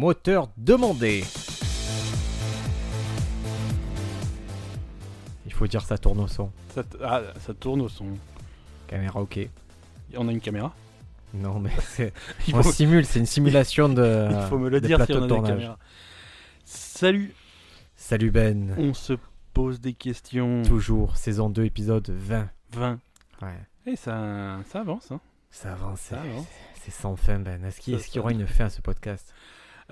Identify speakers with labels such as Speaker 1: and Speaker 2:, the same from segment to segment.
Speaker 1: Moteur demandé. Il faut dire ça tourne au son.
Speaker 2: Ça, t- ah, ça tourne au son.
Speaker 1: Caméra ok.
Speaker 2: On a une caméra
Speaker 1: Non mais c'est...
Speaker 2: Il
Speaker 1: on
Speaker 2: faut,
Speaker 1: simule, c'est une simulation de.
Speaker 2: il faut me le
Speaker 1: de
Speaker 2: dire si
Speaker 1: plateau
Speaker 2: on a
Speaker 1: de
Speaker 2: des
Speaker 1: tournage.
Speaker 2: caméras. Salut,
Speaker 1: Salut Ben.
Speaker 2: on se pose des questions.
Speaker 1: Toujours saison 2 épisode 20.
Speaker 2: 20.
Speaker 1: Ouais.
Speaker 2: Et Eh, ça, ça avance. Hein.
Speaker 1: Ça avance.
Speaker 2: Ça
Speaker 1: c'est-
Speaker 2: avance.
Speaker 1: C'est sans fin Ben. Est-ce qu'il
Speaker 2: Ça,
Speaker 1: est-ce qu'il
Speaker 2: ça-
Speaker 1: y aura une fin à ce podcast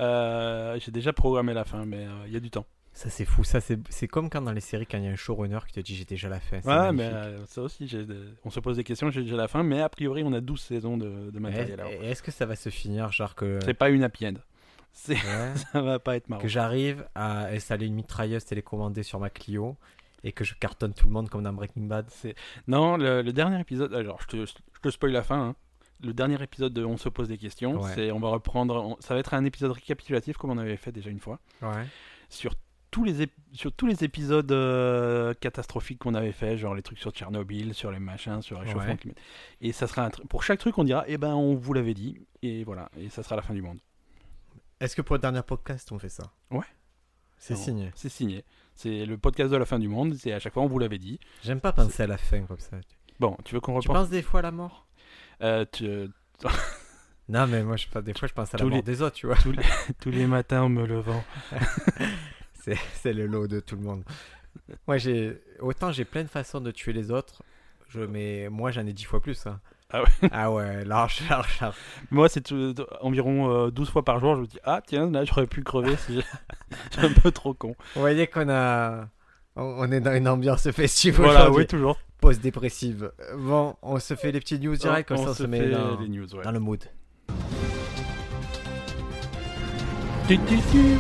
Speaker 2: Euh, J'ai déjà programmé la fin, mais euh, il y a du temps.
Speaker 1: Ça c'est fou. Ça c'est c'est comme quand dans les séries quand il y a un showrunner qui te dit j'ai déjà la fin. C'est
Speaker 2: Ouais, mais
Speaker 1: magnifique.
Speaker 2: euh, ça aussi, j'ai des- on se pose des questions, j'ai déjà la fin, mais a priori, on a 12 saisons de, de
Speaker 1: Est-
Speaker 2: matériel. alors.
Speaker 1: Est-ce que ça va se finir genre que
Speaker 2: C'est pas une happy end. C'est-
Speaker 1: Ouais.
Speaker 2: Ça va pas être marrant.
Speaker 1: que j'arrive à installer une mitrailleuse télécommandée sur ma Clio et que je cartonne tout le monde comme dans Breaking Bad
Speaker 2: C'est- Non, le, le dernier épisode, alors je te, je te spoil la fin. hein. Le dernier épisode de On se pose des questions,
Speaker 1: Ouais.
Speaker 2: c'est on va reprendre, on- ça va être un épisode récapitulatif comme on avait fait déjà une fois
Speaker 1: Ouais.
Speaker 2: sur tous les ép- sur tous les épisodes euh, catastrophiques qu'on avait fait, genre les trucs sur Tchernobyl, sur les machins, sur le réchauffement
Speaker 1: Ouais.
Speaker 2: climatique. Et ça sera un tru- pour chaque truc on dira eh ben on vous l'avait dit et voilà et ça sera la fin du monde.
Speaker 1: Est-ce que pour le dernier podcast on fait ça
Speaker 2: Ouais. Ah
Speaker 1: C'est
Speaker 2: Non.
Speaker 1: signé.
Speaker 2: C'est signé. C'est le podcast de la fin du monde, c'est à chaque fois on vous l'avait dit.
Speaker 1: J'aime pas penser à la fin comme ça.
Speaker 2: Bon, tu veux qu'on
Speaker 1: Tu
Speaker 2: reprenne
Speaker 1: penses des fois à la mort
Speaker 2: Euh, tu-
Speaker 1: Non mais moi je pas des fois je pense à la
Speaker 2: Tous
Speaker 1: mort
Speaker 2: les-
Speaker 1: des autres, tu vois.
Speaker 2: tous les, tous les matins en me levant.
Speaker 1: C'est c'est le lot de tout le monde. Moi j'ai autant j'ai plein de façons de tuer les autres, je mais moi j'en ai dix fois plus hein.
Speaker 2: Ah ouais.
Speaker 1: Ah ouais, large large large.
Speaker 2: Moi, c'est tout- tout- environ euh, 12 fois par jour. Je me dis, ah tiens, là, j'aurais pu crever si j'ai- j'étais un peu trop con.
Speaker 1: Vous voyez qu'on a on- on est dans une ambiance festive
Speaker 2: Voilà,
Speaker 1: aujourd'hui.
Speaker 2: oui, toujours.
Speaker 1: Pause dépressive. Bon, on se fait les petites news direct, comme ça on se, met
Speaker 2: fait
Speaker 1: dans,
Speaker 2: les news, ouais.
Speaker 1: dans le mood.
Speaker 2: Tu, tu, tu.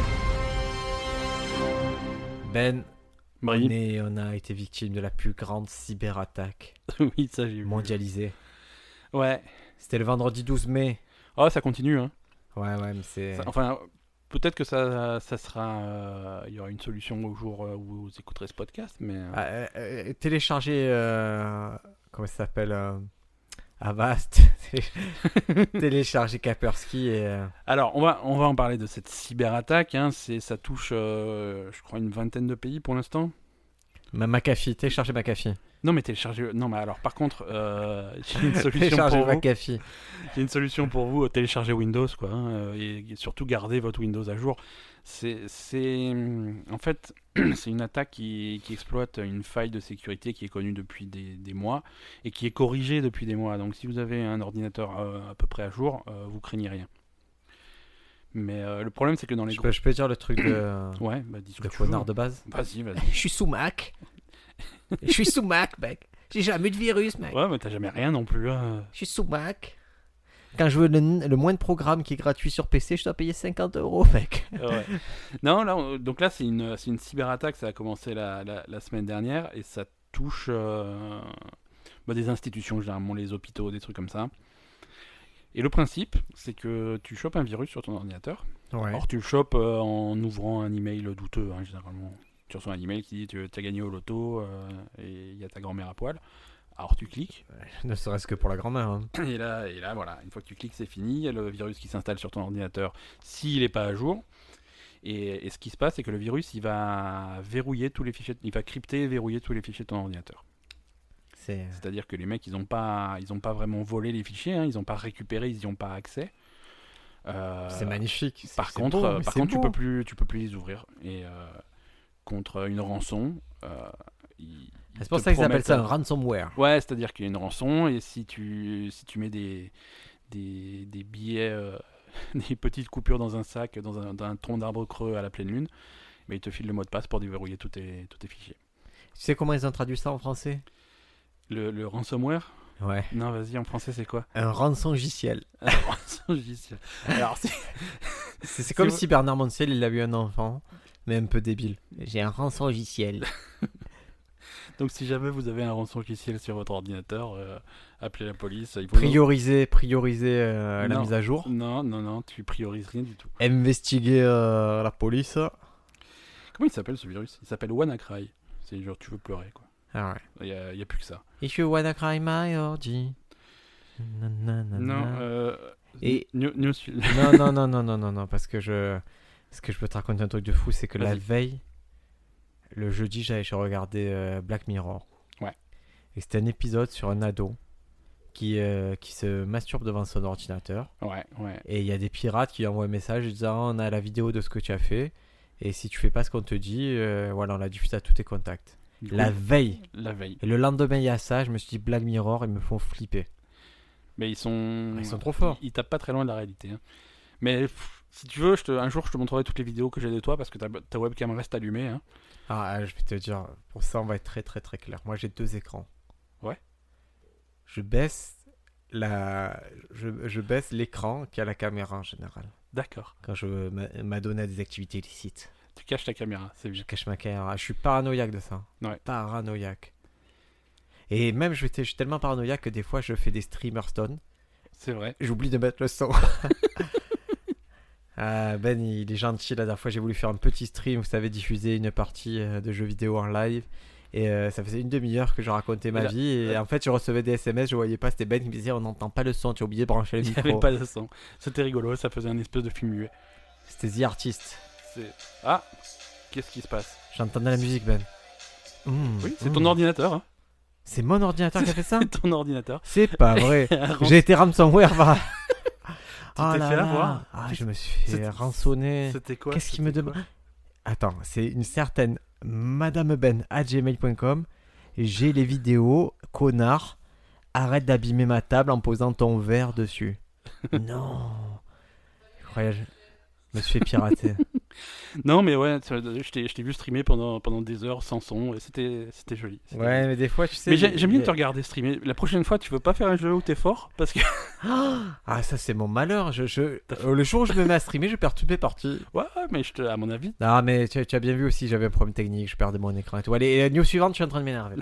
Speaker 1: Ben, on,
Speaker 2: Marie,
Speaker 1: est- on a été victime de la plus grande cyberattaque
Speaker 2: oui, ça, j'ai vu.
Speaker 1: mondialisée.
Speaker 2: Ouais.
Speaker 1: C'était le vendredi 12 mai.
Speaker 2: Oh, ça continue, hein.
Speaker 1: Ouais, ouais, mais c'est.
Speaker 2: Ça- enfin, peut-être que ça, ça sera... euh, Il y aura une solution au jour euh, où vous écouterez ce podcast, mais... euh,
Speaker 1: Ah, euh, euh, télécharger. euh, comment ça s'appelle euh, Avast. télécharger Kapersky et. euh,
Speaker 2: Alors, on va, on va en parler de cette cyberattaque. Hein. C'est, ça touche, euh, je crois, une vingtaine de pays pour l'instant.
Speaker 1: Ma- McAfee, télécharger McAfee.
Speaker 2: Non, mais téléchargez... Non, mais alors, par contre, euh, j'ai une solution
Speaker 1: Télécharger
Speaker 2: pour vous.
Speaker 1: McAfee.
Speaker 2: Il y a une solution pour vous, euh, téléchargez Windows, quoi, hein, euh, et et surtout gardez votre Windows à jour. C'est, c'est, hum, en fait, c'est une attaque qui, qui exploite une faille de sécurité qui est connue depuis des, des mois et qui est corrigée depuis des mois. Donc, si vous avez un ordinateur euh, à peu près à jour, euh, vous craignez rien. Mais euh, le problème, c'est que dans les
Speaker 1: Je peux, je peux dire le truc de.
Speaker 2: gros- ouais, bah, dis ce
Speaker 1: de
Speaker 2: que tu veux.
Speaker 1: connard de base
Speaker 2: Vas-y, vas-y.
Speaker 1: Je suis sous Mac. Je suis sous Mac, mec. J'ai jamais eu de virus, mec.
Speaker 2: Ouais, mais t'as jamais rien non plus. hein.
Speaker 1: Je suis sous Mac. Quand je veux le, le moins de programme qui est gratuit sur PC, je dois payer 50 euros, mec.
Speaker 2: Ouais. non, là, on- donc là, c'est une, c'est une cyberattaque. Ça a commencé la, la- la semaine dernière et ça touche euh, bah, des institutions, généralement les hôpitaux, des trucs comme ça. Et le principe, c'est que tu chopes un virus sur ton ordinateur.
Speaker 1: Ouais.
Speaker 2: Or, tu le chopes euh, en ouvrant un email douteux, hein, généralement. Tu reçois un email qui dit tu as gagné au loto euh, et il y a ta grand-mère à poil. Alors, tu cliques.
Speaker 1: Ne serait-ce que pour la grand-mère. hein.
Speaker 2: Et là, et là, voilà, une fois que tu cliques, c'est fini. Il y a le virus qui s'installe sur ton ordinateur s'il n'est pas à jour. Et, et ce qui se passe, c'est que le virus, il va verrouiller tous les fichiers, il va crypter et verrouiller tous les fichiers de ton ordinateur.
Speaker 1: C'est
Speaker 2: C'est-à-dire que les mecs, ils n'ont pas, ils ont pas vraiment volé les fichiers, hein, ils n'ont pas récupéré, ils n'y ont pas accès. Euh,
Speaker 1: c'est magnifique. C'est-
Speaker 2: Par
Speaker 1: c'est
Speaker 2: contre,
Speaker 1: beau,
Speaker 2: euh,
Speaker 1: mais
Speaker 2: par
Speaker 1: c'est
Speaker 2: contre, tu
Speaker 1: beau.
Speaker 2: peux plus, tu peux plus les ouvrir. Et euh, contre une rançon, euh, ils- ils
Speaker 1: C'est pour
Speaker 2: te euh,
Speaker 1: ça qu'ils appellent
Speaker 2: promettent
Speaker 1: ça un ransomware.
Speaker 2: Ouais, c'est-à-dire qu'il y a une rançon, et si tu, si tu mets des, des, des billets, euh, des petites coupures dans un sac, dans un, dans un tronc d'arbre creux à la pleine lune, mais il te file le mot de passe pour déverrouiller tous tes, tous tes fichiers.
Speaker 1: Tu sais comment ils ont traduit ça en français
Speaker 2: Le, le ransomware
Speaker 1: Ouais.
Speaker 2: Non, vas-y, en français, c'est quoi
Speaker 1: Un rançongiciel.
Speaker 2: Un rançongiciel. Alors, c'est
Speaker 1: C'est c'est
Speaker 2: C'est
Speaker 1: comme
Speaker 2: vrai.
Speaker 1: si Bernard Mansell, il a eu un enfant, mais un peu débile. J'ai un rançongiciel.
Speaker 2: Donc, si jamais vous avez un rançongiciel sur votre ordinateur, euh, appelez la police. Ils vous-
Speaker 1: Prioriser, prioriser euh, la
Speaker 2: Non.
Speaker 1: mise à jour.
Speaker 2: Non, non, non, tu priorises rien du tout.
Speaker 1: Investiguer euh, la police.
Speaker 2: Comment il s'appelle ce virus Il s'appelle WannaCry. C'est genre, tu veux pleurer, quoi.
Speaker 1: Ah ouais.
Speaker 2: Il n'y a, il y a plus que ça.
Speaker 1: If you wanna cry my orgy.
Speaker 2: Non,
Speaker 1: Non,
Speaker 2: euh,
Speaker 1: Et-
Speaker 2: New- Newsfield.
Speaker 1: non, non, non, non, non, non, non, parce que je, ce que je peux te raconter un truc de fou, c'est que la
Speaker 2: Vas-y.
Speaker 1: veille, le jeudi, j'avais j'ai regardé euh, Black Mirror.
Speaker 2: Ouais.
Speaker 1: Et c'était un épisode sur un ado qui, euh, qui se masturbe devant son ordinateur.
Speaker 2: Ouais, ouais.
Speaker 1: Et il y a des pirates qui lui envoient un message disant on a la vidéo de ce que tu as fait. Et si tu fais pas ce qu'on te dit, euh, voilà, on la diffuse à tous tes contacts.
Speaker 2: Du
Speaker 1: La
Speaker 2: coup,
Speaker 1: veille.
Speaker 2: la veille.
Speaker 1: Et le lendemain, il y a ça. Je me suis dit Black Mirror, ils me font flipper.
Speaker 2: Mais ils sont.
Speaker 1: Ah, Ils sont trop forts.
Speaker 2: Ils, ils tapent pas très loin de la réalité. hein. Mais pff, si tu veux, je te... un jour, je te montrerai toutes les vidéos que j'ai de toi parce que ta, ta webcam reste allumée. hein.
Speaker 1: Ah, ah, je vais te dire, pour ça, on va être très très très clair. Moi, j'ai deux écrans.
Speaker 2: Ouais.
Speaker 1: Je baisse la, je, je baisse l'écran qui a la caméra en général.
Speaker 2: D'accord.
Speaker 1: Quand je m'a- m'adonne à des activités illicites,
Speaker 2: Tu caches ta caméra, c'est
Speaker 1: je
Speaker 2: bien.
Speaker 1: cache ma caméra. Je suis paranoïaque de ça. hein.
Speaker 2: Ouais.
Speaker 1: Paranoïaque. Et même, je, vais- je suis tellement paranoïaque que des fois, je fais des streamers stone.
Speaker 2: C'est vrai.
Speaker 1: J'oublie de mettre le son. Ah, ben, il est gentil. La dernière fois, j'ai voulu faire un petit stream. Vous savez, diffuser une partie euh, de jeux vidéo en live. Et euh, ça faisait une demi-heure que je racontais ma
Speaker 2: Et là,
Speaker 1: vie. Et
Speaker 2: euh,
Speaker 1: en fait, je recevais des SMS. Je voyais pas. C'était Ben qui me disait On n'entend pas le son. Tu as oublié de brancher le
Speaker 2: Il n'y
Speaker 1: micro.
Speaker 2: avait pas de son. C'était rigolo, ça faisait un espèce de film muet.
Speaker 1: C'était The Artist.
Speaker 2: C'est- Ah Qu'est-ce qui se passe
Speaker 1: J'entendais la musique, Ben. Mmh,
Speaker 2: Oui, c'est
Speaker 1: mmh.
Speaker 2: ton ordinateur. hein.
Speaker 1: C'est mon ordinateur qui a fait ça
Speaker 2: C'est ton ordinateur.
Speaker 1: C'est pas vrai.
Speaker 2: Rançon-
Speaker 1: J'ai été ransomware. va. Ah
Speaker 2: t'es
Speaker 1: là
Speaker 2: fait
Speaker 1: là.
Speaker 2: avoir.
Speaker 1: Ah, je me suis fait
Speaker 2: C'était-
Speaker 1: rançonner.
Speaker 2: C'était quoi
Speaker 1: Qu'est-ce qu'il
Speaker 2: C'était
Speaker 1: me
Speaker 2: quoi
Speaker 1: demande Attends, c'est une certaine Madame Ben à gmail.com. J'ai les vidéos, connard. Arrête d'abîmer ma table en posant ton verre dessus. non. Incroyable. Je me suis fait pirater.
Speaker 2: Non, mais ouais, ça- je t'ai je t'ai vu streamer pendant, pendant des heures sans son et c'était c'était joli. C'était-
Speaker 1: ouais, mais des fois, tu sais.
Speaker 2: Mais j'ai- j'aime bien te regarder streamer. La prochaine fois, tu veux pas faire un jeu où t'es fort Parce que.
Speaker 1: Ah, ça, c'est mon malheur. Je, je- euh, Le jour où je me mets à streamer, je perds toutes mes parties.
Speaker 2: Ouais, mais je te... à mon avis.
Speaker 1: Non, mais tu, tu as bien vu aussi, j'avais un problème technique, je perdais mon écran et tout. Allez, euh, news suivante, je suis en train de m'énerver.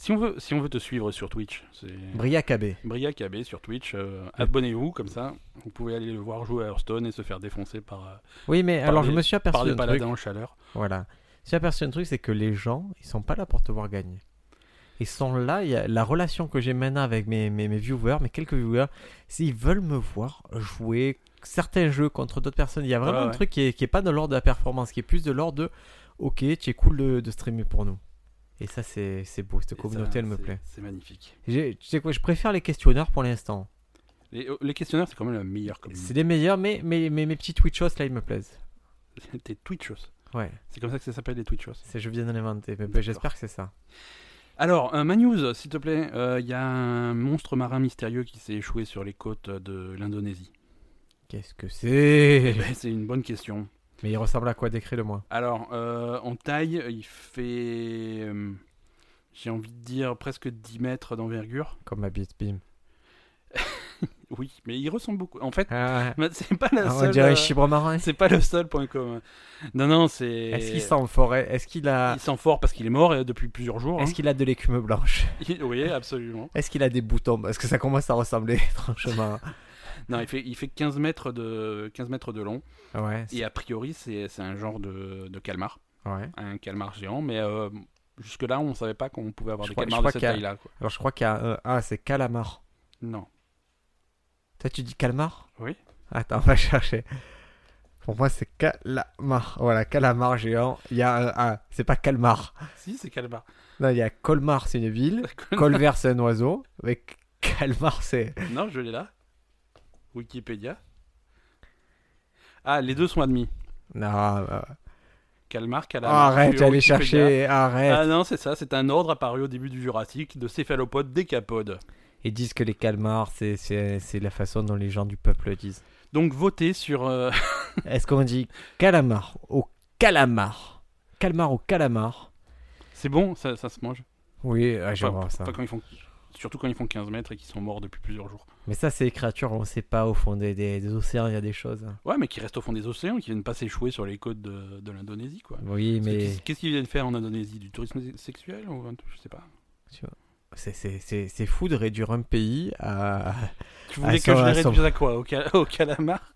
Speaker 2: Si on, veut, si on veut te suivre sur Twitch, c'est.
Speaker 1: Bria KB.
Speaker 2: Bria KB sur Twitch, euh, abonnez-vous comme ça, vous pouvez aller le voir jouer à Hearthstone et se faire défoncer par, euh,
Speaker 1: Oui, mais
Speaker 2: Par
Speaker 1: alors,
Speaker 2: des-
Speaker 1: je me suis
Speaker 2: par
Speaker 1: aperçu
Speaker 2: des
Speaker 1: d'un truc.
Speaker 2: paladins en chaleur.
Speaker 1: Voilà. J'ai aperçu un truc, c'est que les gens, ils sont pas là pour te voir gagner. Ils sont là, il y a la relation que j'ai maintenant avec mes, mes, mes viewers, mes quelques viewers, s'ils veulent me voir jouer certains jeux contre d'autres personnes, il y a vraiment
Speaker 2: Ouais,
Speaker 1: un
Speaker 2: ouais.
Speaker 1: truc qui est, qui est pas de l'ordre de la performance, qui est plus de l'ordre de Ok, tu es cool de, de streamer pour nous. Et ça, c'est c'est beau, cette
Speaker 2: Et ça,
Speaker 1: communauté, elle me
Speaker 2: c'est-
Speaker 1: plaît.
Speaker 2: C'est magnifique.
Speaker 1: J'ai- Tu sais quoi, je préfère les questionneurs pour l'instant.
Speaker 2: Les, euh, les questionnaires, c'est quand même la meilleure communauté.
Speaker 1: C'est des meilleurs, mais, mais, mais mes petits Twitchos, là, ils me plaisent.
Speaker 2: T'es Twitchos.
Speaker 1: Ouais,
Speaker 2: C'est comme ça que ça s'appelle les Twitchos.
Speaker 1: c'est- je viens d'en inventer, mais
Speaker 2: D'accord.
Speaker 1: ben, j'espère que c'est ça.
Speaker 2: Alors, euh, ma news, s'il te plaît, euh, il y a un monstre marin mystérieux qui s'est échoué sur les côtes de l'Indonésie.
Speaker 1: Qu'est-ce que c'est
Speaker 2: Eh ben, c'est une bonne question.
Speaker 1: Mais il ressemble à quoi Décris-le moi.
Speaker 2: Alors, euh, en taille, il fait, euh, j'ai envie de dire, presque 10 mètres d'envergure.
Speaker 1: Comme ma bite, bim.
Speaker 2: Oui, mais il ressemble beaucoup. En fait,
Speaker 1: Ah,
Speaker 2: bah, c'est pas la
Speaker 1: on
Speaker 2: seule...
Speaker 1: dirait un
Speaker 2: euh,
Speaker 1: chibre marin.
Speaker 2: C'est pas le seul point commun. Non, non, c'est...
Speaker 1: Est-ce qu'il sent en forêt Est-ce qu'il a...
Speaker 2: Il sent fort parce qu'il est mort euh, depuis plusieurs jours.
Speaker 1: Est-ce qu'il a de l'écume blanche
Speaker 2: hein. Il- Oui, absolument.
Speaker 1: Est-ce qu'il a des boutons Parce que ça commence à ressembler, franchement.
Speaker 2: Non, il fait, il fait 15, mètres de, 15 mètres de long.
Speaker 1: Ouais, c'est-
Speaker 2: Et a priori, c'est c'est un genre de, de calmar.
Speaker 1: ouais.
Speaker 2: Un calmar géant. Mais euh, jusque-là, on savait pas qu'on pouvait avoir
Speaker 1: Je
Speaker 2: des
Speaker 1: crois- je
Speaker 2: calmars de
Speaker 1: crois
Speaker 2: cette
Speaker 1: qu'il y a-
Speaker 2: taille-là. quoi.
Speaker 1: Alors je crois qu'il y a... un- Ah, c'est calamar.
Speaker 2: Non.
Speaker 1: Toi, tu dis calmar
Speaker 2: Oui.
Speaker 1: Attends, on va chercher. Pour moi, c'est calamar. Voilà, calamar géant. Il y a un A. C'est pas calmar.
Speaker 2: Ah, Si, c'est calmar.
Speaker 1: Non, il y a Colmar, c'est une ville. Colvert, c'est un oiseau. Mais calmar, c'est...
Speaker 2: non, je l'ai là. Wikipédia. Ah, les deux sont admis.
Speaker 1: Non, euh,
Speaker 2: Calmar, calamar.
Speaker 1: Ah, arrête,
Speaker 2: sur
Speaker 1: j'allais
Speaker 2: Wikipédia.
Speaker 1: chercher. Arrête.
Speaker 2: Ah non, c'est ça, c'est un ordre apparu au début du Jurassique de céphalopodes décapodes.
Speaker 1: Ils disent que les calmars, c'est- c'est c'est la façon dont les gens du peuple le disent.
Speaker 2: Donc votez sur euh,
Speaker 1: Est-ce qu'on dit calamar au calamar Calmar au calamar
Speaker 2: C'est bon, ça, ça se mange.
Speaker 1: Oui, ouais, je
Speaker 2: Enfin,
Speaker 1: vois ça.
Speaker 2: enfin, quand ils font... Surtout quand ils font 15 mètres et qu'ils sont morts depuis plusieurs jours.
Speaker 1: Mais ça, c'est les créatures, on sait pas, au fond des, des- des océans, il y a des choses.
Speaker 2: Ouais, mais qui restent au fond des océans, qui viennent pas s'échouer sur les côtes de, de l'Indonésie, quoi.
Speaker 1: Oui,
Speaker 2: Parce que
Speaker 1: mais
Speaker 2: qu'est-ce- Qu'est-ce qu'ils viennent faire en Indonésie Du tourisme sé- sexuel ou un truc, je sais pas.
Speaker 1: c'est- c'est c'est- c'est fou de réduire un pays à...
Speaker 2: Tu
Speaker 1: Ah,
Speaker 2: voulais
Speaker 1: ça
Speaker 2: que je
Speaker 1: va,
Speaker 2: les
Speaker 1: ça
Speaker 2: réduise à quoi au, cal- au calamar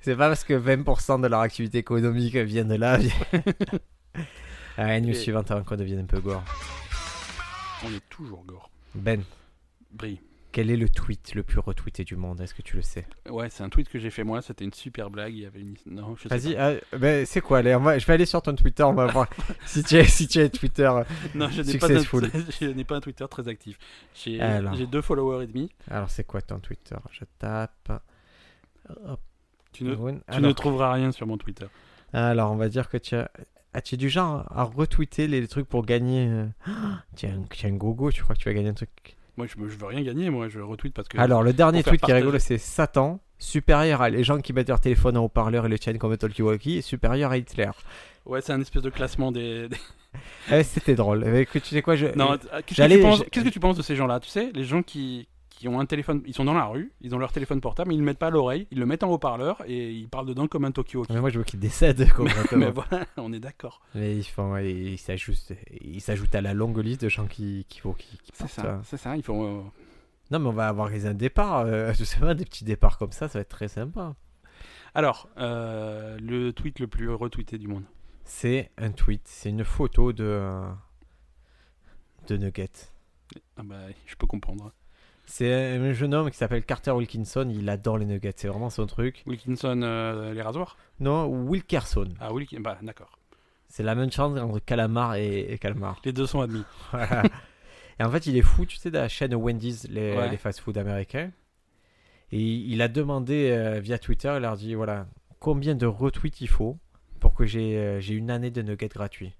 Speaker 1: C'est pas parce que 20% de leur activité économique vient de là. Allez, nous
Speaker 2: Et-
Speaker 1: suivante avant qu'on devienne un peu gore.
Speaker 2: On est toujours gore.
Speaker 1: Ben,
Speaker 2: brille.
Speaker 1: Quel est le tweet le plus retweeté du monde Est-ce que tu le sais
Speaker 2: Ouais, c'est un tweet que j'ai fait moi, c'était une super blague. Il y avait une... Non, je sais
Speaker 1: Vas-y,
Speaker 2: pas.
Speaker 1: ah, ben, c'est quoi allez, on va- Je vais aller sur ton Twitter, on va voir si tu es, si tu es Twitter.
Speaker 2: Non, je n'ai pas, un...
Speaker 1: Successful.
Speaker 2: je n'ai pas un Twitter très actif. J'ai
Speaker 1: Alors.
Speaker 2: j'ai deux followers et demi.
Speaker 1: Alors, c'est quoi ton Twitter Je tape. Hop,
Speaker 2: Tu ne, tu
Speaker 1: Rune.
Speaker 2: ne
Speaker 1: alors,
Speaker 2: trouveras rien sur mon Twitter.
Speaker 1: alors, on va dire que tu as. Ah, tu es du genre à retweeter les trucs pour gagner. euh, ah, Tu es un, tu es un gogo, tu crois que tu vas gagner un truc.
Speaker 2: Moi, je, me- je veux rien gagner, moi, je retweet parce que.
Speaker 1: Alors, le dernier
Speaker 2: faire
Speaker 1: tweet qui est
Speaker 2: partager.
Speaker 1: rigolo, c'est Satan, supérieur à les gens qui mettent leur téléphone en haut-parleur et les chaînes comme un talkie-walkie, et supérieur à Hitler.
Speaker 2: Ouais, c'est un espèce de classement des. des-
Speaker 1: Eh, C'était drôle. Eh, écoute, tu sais quoi je...
Speaker 2: Non, euh, qu'est-ce que,
Speaker 1: j'allais-
Speaker 2: tu penses-
Speaker 1: j'ai-
Speaker 2: qu'est-ce que tu penses de ces gens-là Tu sais, les gens qui, qui ont un téléphone, ils sont dans la rue, ils ont leur téléphone portable, mais ils ne le mettent pas à l'oreille, ils le mettent en haut-parleur et ils parlent dedans comme un Tokyo.
Speaker 1: eh, Mais moi, je veux qu'il décède. complètement.
Speaker 2: Mais voilà, on est d'accord.
Speaker 1: Mais ils font, ouais, ils s'ajoutent, ils s'ajoutent à la longue liste de gens qui, qui, vont- qui, qui
Speaker 2: C'est
Speaker 1: partent.
Speaker 2: ça,
Speaker 1: hein.
Speaker 2: c'est ça. Il faut. euh,
Speaker 1: Non, mais on va avoir les- un départ, euh, tout simplement, des petits départs comme ça, ça va être très sympa.
Speaker 2: Alors, euh, le tweet le plus retweeté du monde.
Speaker 1: C'est un tweet, c'est une photo de euh, de Nugget.
Speaker 2: Ah bah, je peux comprendre.
Speaker 1: C'est un jeune homme qui s'appelle Carter Wilkinson, il adore les Nuggets, c'est vraiment son truc.
Speaker 2: Wilkinson, euh, les rasoirs
Speaker 1: Non, Wilkerson.
Speaker 2: Ah, Wilkinson, bah, d'accord.
Speaker 1: C'est la même chance entre Calamar et, et Calmar.
Speaker 2: Les deux sont admis.
Speaker 1: Voilà. et en fait, il est fou, tu sais, de la chaîne Wendy's, les,
Speaker 2: Ouais.
Speaker 1: les fast-food américains. Et il a demandé euh, via Twitter, il leur dit voilà, combien de retweets il faut pour que j'ai euh, j'ai une année de nuggets gratuits.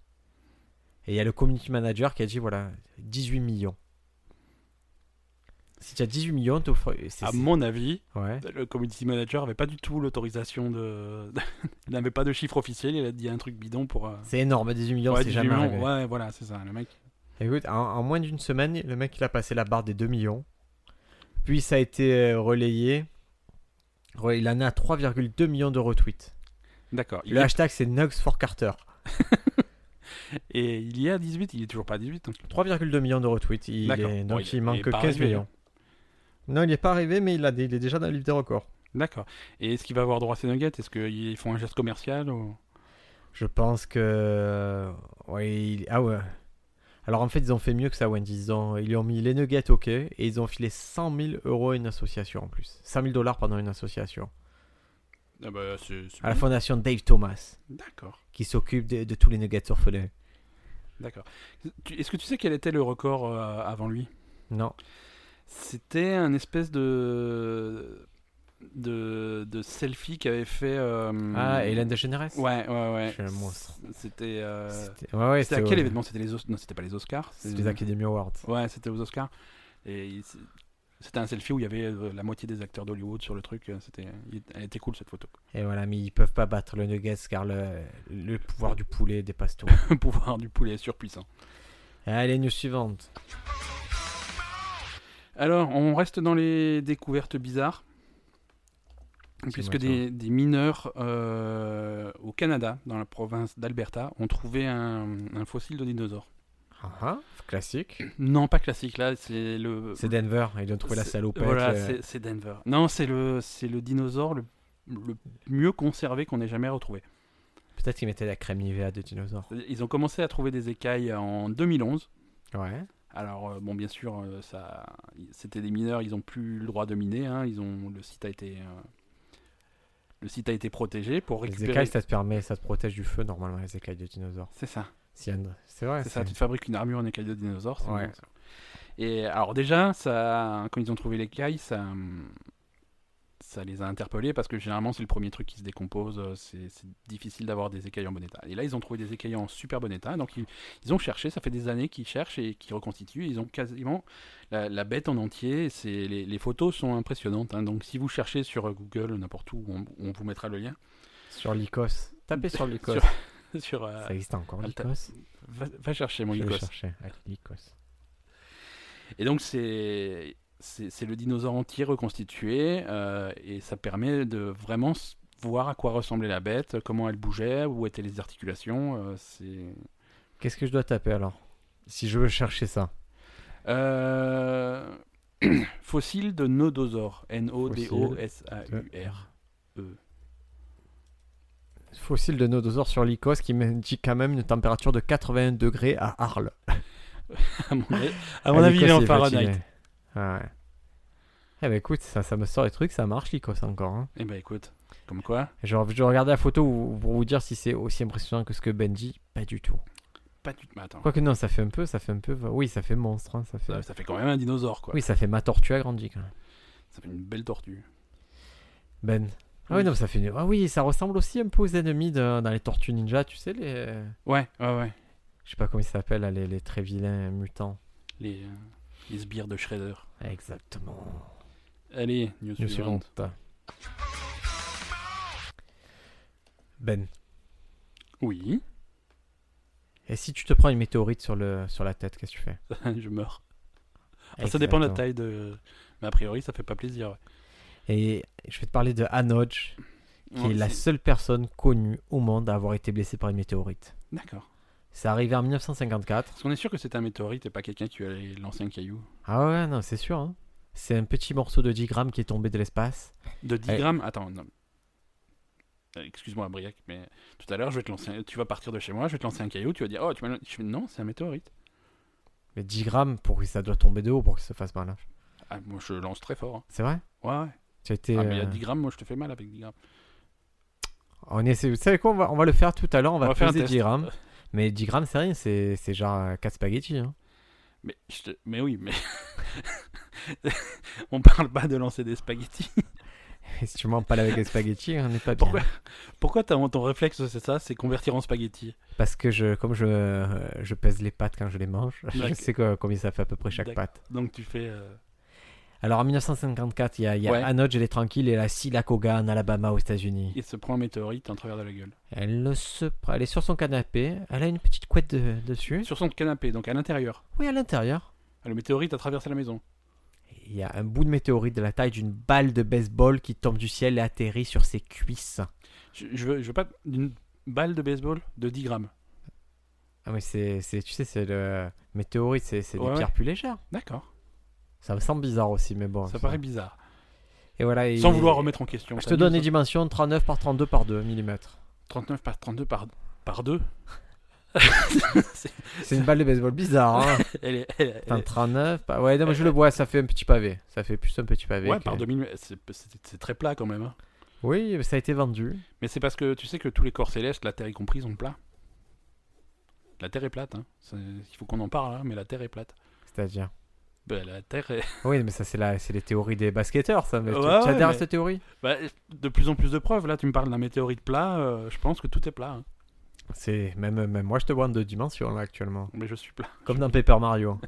Speaker 1: Et il y a le community manager qui a dit voilà, 18 millions. Si tu as 18 millions, t'offres- c'est-
Speaker 2: À
Speaker 1: c'est-
Speaker 2: mon avis,
Speaker 1: ouais.
Speaker 2: le community manager n'avait pas du tout l'autorisation de. il n'avait pas de chiffre officiel, il a dit un truc bidon pour. euh,
Speaker 1: C'est énorme, 18 millions,
Speaker 2: ouais,
Speaker 1: c'est
Speaker 2: 18
Speaker 1: jamais
Speaker 2: millions.
Speaker 1: arrivé.
Speaker 2: Ouais, voilà, c'est ça, le mec.
Speaker 1: Écoute, en, en moins d'une semaine, le mec il a passé la barre des 2 millions. Puis ça a été euh, relayé. Ouais, il en a 3,2 millions de retweets.
Speaker 2: D'accord. Il
Speaker 1: Le
Speaker 2: est-
Speaker 1: hashtag c'est Nugs for Carter.
Speaker 2: Et il y a 18, il est toujours pas hein. à 18. donc.
Speaker 1: 3,2 millions de retweets. Il
Speaker 2: D'accord.
Speaker 1: est-
Speaker 2: Bon,
Speaker 1: donc
Speaker 2: il-
Speaker 1: il,
Speaker 2: il
Speaker 1: manque
Speaker 2: est pas
Speaker 1: 15
Speaker 2: arrivé. hein.
Speaker 1: millions. Non, il n'est pas arrivé, mais il, a, des- il est déjà dans le livre des records.
Speaker 2: D'accord. Et est-ce qu'il va avoir droit à ses nuggets Est-ce qu'ils font un geste commercial ou-
Speaker 1: Je pense que. euh, Ouais, il- Ah ouais. Alors en fait, ils ont fait mieux que ça, Wendy. Ils, ont... ils lui ont mis les nuggets, ok, et ils ont filé 100 000 euros à une association en plus. 100 000 dollars, pendant une association.
Speaker 2: Ah bah, c'est- c'est
Speaker 1: À la
Speaker 2: bon.
Speaker 1: fondation Dave Thomas.
Speaker 2: D'accord.
Speaker 1: qui s'occupe de, de tous les nuggets orphelins.
Speaker 2: D'accord. Tu- Est-ce que tu sais quel était le record euh, avant lui
Speaker 1: Non.
Speaker 2: C'était un espèce de de, de selfie qu'avait fait. euh,
Speaker 1: Ah, Hélène de Généresse
Speaker 2: Ouais, ouais, ouais.
Speaker 1: Je suis un monstre.
Speaker 2: C'était. euh,
Speaker 1: C'était- Ouais, ouais,
Speaker 2: C'était à
Speaker 1: c'était
Speaker 2: quel
Speaker 1: au-
Speaker 2: événement C'était les Os- non, c'était pas les Oscars. c'est-
Speaker 1: C'était les Academy Awards.
Speaker 2: Ouais, c'était aux Oscars. Et il- c'est- c'était un selfie où il y avait euh, la moitié des acteurs d'Hollywood sur le truc. euh, C'était, il- elle était cool cette photo.
Speaker 1: Et voilà, mais ils peuvent pas battre le nuggets car le, le pouvoir du poulet dépasse tout.
Speaker 2: Le pouvoir du poulet surpuissant.
Speaker 1: Allez, news suivante.
Speaker 2: Alors, on reste dans les découvertes bizarres. Puisque
Speaker 1: Dis-moi
Speaker 2: des, des mineurs euh, au Canada, dans la province d'Alberta, ont trouvé un, un fossile de dinosaure.
Speaker 1: Ah, ah, classique.
Speaker 2: Non, pas classique, là, c'est le.
Speaker 1: C'est Denver, ils ont trouvé la
Speaker 2: c'est-
Speaker 1: salopette.
Speaker 2: Voilà,
Speaker 1: euh,
Speaker 2: c'est- c'est Denver. Non, c'est le, c'est le dinosaure le, le mieux conservé qu'on ait jamais retrouvé.
Speaker 1: Peut-être qu'ils mettaient la crème Nivea de dinosaures.
Speaker 2: Ils ont commencé à trouver des écailles en 2011.
Speaker 1: Ouais.
Speaker 2: Alors, euh, bon, bien sûr, euh, ça, y- c'était des mineurs, ils n'ont plus le droit de miner. hein, ils ont, le, site a été, euh, le site a été protégé pour
Speaker 1: Les
Speaker 2: récupérer.
Speaker 1: écailles, ça te permet, ça te protège du feu normalement, les écailles de dinosaures.
Speaker 2: C'est ça,
Speaker 1: Si, André- C'est vrai.
Speaker 2: c'est ça.
Speaker 1: c'est-
Speaker 2: Tu te fabriques une armure en écailles de dinosaure. c'est
Speaker 1: Ouais.
Speaker 2: bon, ça. Et alors, déjà, ça, quand ils ont trouvé l'écaille, ça, hum, ça les a interpellés parce que généralement, c'est le premier truc qui se décompose. euh, C'est c'est difficile d'avoir des écailles en bon état. Et là, ils ont trouvé des écailles en super bon état. Donc, ils, ils ont cherché. Ça fait des années qu'ils cherchent et qu'ils reconstituent. Ils ont quasiment la, la bête en entier. C'est- Les, les photos sont impressionnantes. hein. Donc, si vous cherchez sur euh, Google, n'importe où, on, on vous mettra le lien.
Speaker 1: Sur l'Icos. Tapez sur l'Icos.
Speaker 2: Sur- sur, euh,
Speaker 1: Ça existe encore,
Speaker 2: Alta-
Speaker 1: l'Icos
Speaker 2: va, va chercher mon
Speaker 1: Je vais
Speaker 2: Lycos.
Speaker 1: chercher. Allez, Lycos.
Speaker 2: Et donc c'est c'est c'est le dinosaure entier reconstitué euh, et ça permet de vraiment s- voir à quoi ressemblait la bête, comment elle bougeait, où étaient les articulations. euh, c'est
Speaker 1: Qu'est-ce que je dois taper alors Si je veux chercher ça.
Speaker 2: Euh, fossile de nodosaure. N O D O S A U R.
Speaker 1: Fossile de nodosaure sur l'Icos qui m'indique quand même une température de 81 degrés à Arles.
Speaker 2: À mon, avis- à mon avis, il est en Fahrenheit.
Speaker 1: Ah ouais. Eh ben écoute, ça, ça me sort des trucs, ça marche l'ICOS encore. hein.
Speaker 2: Eh ben écoute, comme quoi,
Speaker 1: Je, je regardais la photo où- pour vous dire si c'est aussi impressionnant que ce que Benji. Pas du tout.
Speaker 2: pas du tout. mais Bah, Attends,
Speaker 1: Quoique non, ça fait un peu, ça fait un peu. Oui, ça fait monstre. hein, ça fait...
Speaker 2: ça, ça fait quand même un dinosaure, quoi.
Speaker 1: oui, ça fait ma tortue agrandie quand même.
Speaker 2: Ça fait une belle tortue.
Speaker 1: Ben. Ah
Speaker 2: Oui.
Speaker 1: oui, non, mais ça fait une- Ah oui, ça ressemble aussi un peu aux ennemis de- dans les tortues ninja, tu sais, les.
Speaker 2: Ouais, ouais, ouais.
Speaker 1: Je sais pas comment ils s'appellent, là, les, les très vilains mutants.
Speaker 2: Les, euh, les sbires de Shredder.
Speaker 1: Exactement.
Speaker 2: Allez, news,
Speaker 1: News
Speaker 2: suivante.
Speaker 1: suivante. Ben.
Speaker 2: Oui,
Speaker 1: Et si tu te prends une météorite sur, le, sur la tête, qu'est-ce que tu fais
Speaker 2: je meurs. Enfin, Ah, ça dépend de la
Speaker 1: Exactement.
Speaker 2: taille de. Mais a priori, ça fait pas plaisir. ouais.
Speaker 1: Et je vais te parler de Hanoj, qui
Speaker 2: Ouais,
Speaker 1: est la
Speaker 2: c'est-
Speaker 1: seule personne connue au monde à avoir été blessée par une météorite.
Speaker 2: D'accord.
Speaker 1: Ça arrivé en 1954.
Speaker 2: Parce qu'on est sûr que c'est un météorite et pas quelqu'un qui allait lancer un caillou.
Speaker 1: Ah ouais, non, c'est sûr. hein. C'est un petit morceau de 10 grammes qui est tombé de l'espace.
Speaker 2: De 10
Speaker 1: Eh.
Speaker 2: grammes Attends, non. Euh, Excuse-moi, Briac, mais tout à l'heure, je vais te lancer. un- Tu vas partir de chez moi, je vais te lancer un caillou, tu vas dire Oh, tu m'as. lan- Je fais, non, c'est un météorite.
Speaker 1: Mais 10 grammes, pour que ça doit tomber de haut pour que ça fasse mal. hein.
Speaker 2: Ah, moi, je lance très fort. hein.
Speaker 1: C'est vrai
Speaker 2: Ouais, ouais.
Speaker 1: Tu as été,
Speaker 2: Ah, mais à
Speaker 1: euh,
Speaker 2: 10 grammes, moi, je te fais mal avec 10 grammes.
Speaker 1: On essaie... Vous savez quoi on va, on va le faire tout à l'heure, on va,
Speaker 2: va faire un
Speaker 1: peser
Speaker 2: test.
Speaker 1: 10 grammes. Mais 10 grammes, c'est rien, c'est c'est genre euh, 4 spaghettis. hein.
Speaker 2: Mais, je te- mais oui, mais. On parle pas de lancer des spaghettis.
Speaker 1: Et si tu m'en parles avec les spaghettis, on n'est pas bien.
Speaker 2: Pourquoi, pourquoi t'as- ton réflexe, c'est ça C'est convertir en spaghettis.
Speaker 1: Parce que je, comme je, euh, je pèse les pâtes quand je les mange, je
Speaker 2: D'accord.
Speaker 1: sais que- combien ça fait à peu près chaque
Speaker 2: D'accord.
Speaker 1: pâte.
Speaker 2: Donc tu fais. euh,
Speaker 1: Alors en 1954, il y a, il y a
Speaker 2: Ouais.
Speaker 1: Hanoj et les Tranquilles et la Silakoga en Alabama aux États-Unis.
Speaker 2: Il se prend un météorite en travers de la gueule.
Speaker 1: Elle, se... pr- elle est sur son canapé, elle a une petite couette de- dessus.
Speaker 2: Sur son canapé, donc à l'intérieur. Ah,
Speaker 1: Oui, à l'intérieur.
Speaker 2: Le météorite a traversé la maison.
Speaker 1: Il y a un bout de météorite de la taille d'une balle de baseball qui tombe du ciel et atterrit sur ses cuisses.
Speaker 2: Je, je veux, je veux pas une balle de baseball de 10 grammes.
Speaker 1: Ah mais c'est, c'est- tu sais, c'est le météorite, c'est, c'est
Speaker 2: Ouais,
Speaker 1: des
Speaker 2: ouais.
Speaker 1: pierres plus légères.
Speaker 2: D'accord.
Speaker 1: Ça me semble bizarre aussi, mais bon.
Speaker 2: ça paraît bizarre.
Speaker 1: Et voilà. Oh, et-
Speaker 2: Sans vouloir remettre en question.
Speaker 1: Je
Speaker 2: ta
Speaker 1: te
Speaker 2: news,
Speaker 1: donne les
Speaker 2: hein.
Speaker 1: dimensions 39 par 32 par 2 mm.
Speaker 2: 39 par 32 par, par 2.
Speaker 1: C'est une balle de baseball bizarre. Hein
Speaker 2: Elle est, elle- elle
Speaker 1: Putain,
Speaker 2: est-
Speaker 1: 39. bah ouais, non, mais je le vois, ça fait un petit pavé. Ça fait plus un petit pavé.
Speaker 2: Ouais,
Speaker 1: que-
Speaker 2: par 2000. C'est c'est- c'est très plat quand même. hein.
Speaker 1: Oui, ça a été vendu.
Speaker 2: Mais c'est parce que tu sais que tous les corps célestes, la Terre y compris, sont plats. La Terre est plate. Hein. C'est- Il faut qu'on en parle, hein, mais la Terre est plate.
Speaker 1: C'est-à-dire.
Speaker 2: Bah, la Terre est.
Speaker 1: Oui, mais ça, c'est la... c'est les théories des basketteurs, ça. Mais tu-
Speaker 2: Ouais,
Speaker 1: tu
Speaker 2: ouais,
Speaker 1: adhères à
Speaker 2: mais-
Speaker 1: cette théorie
Speaker 2: Bah, de plus en plus de preuves. Là, tu me parles d'un météorite plat. euh, je pense que tout est plat. hein.
Speaker 1: C'est même, même moi, je te vois en deux dimensions là actuellement,
Speaker 2: Mais je suis plat.
Speaker 1: comme dans Paper Mario.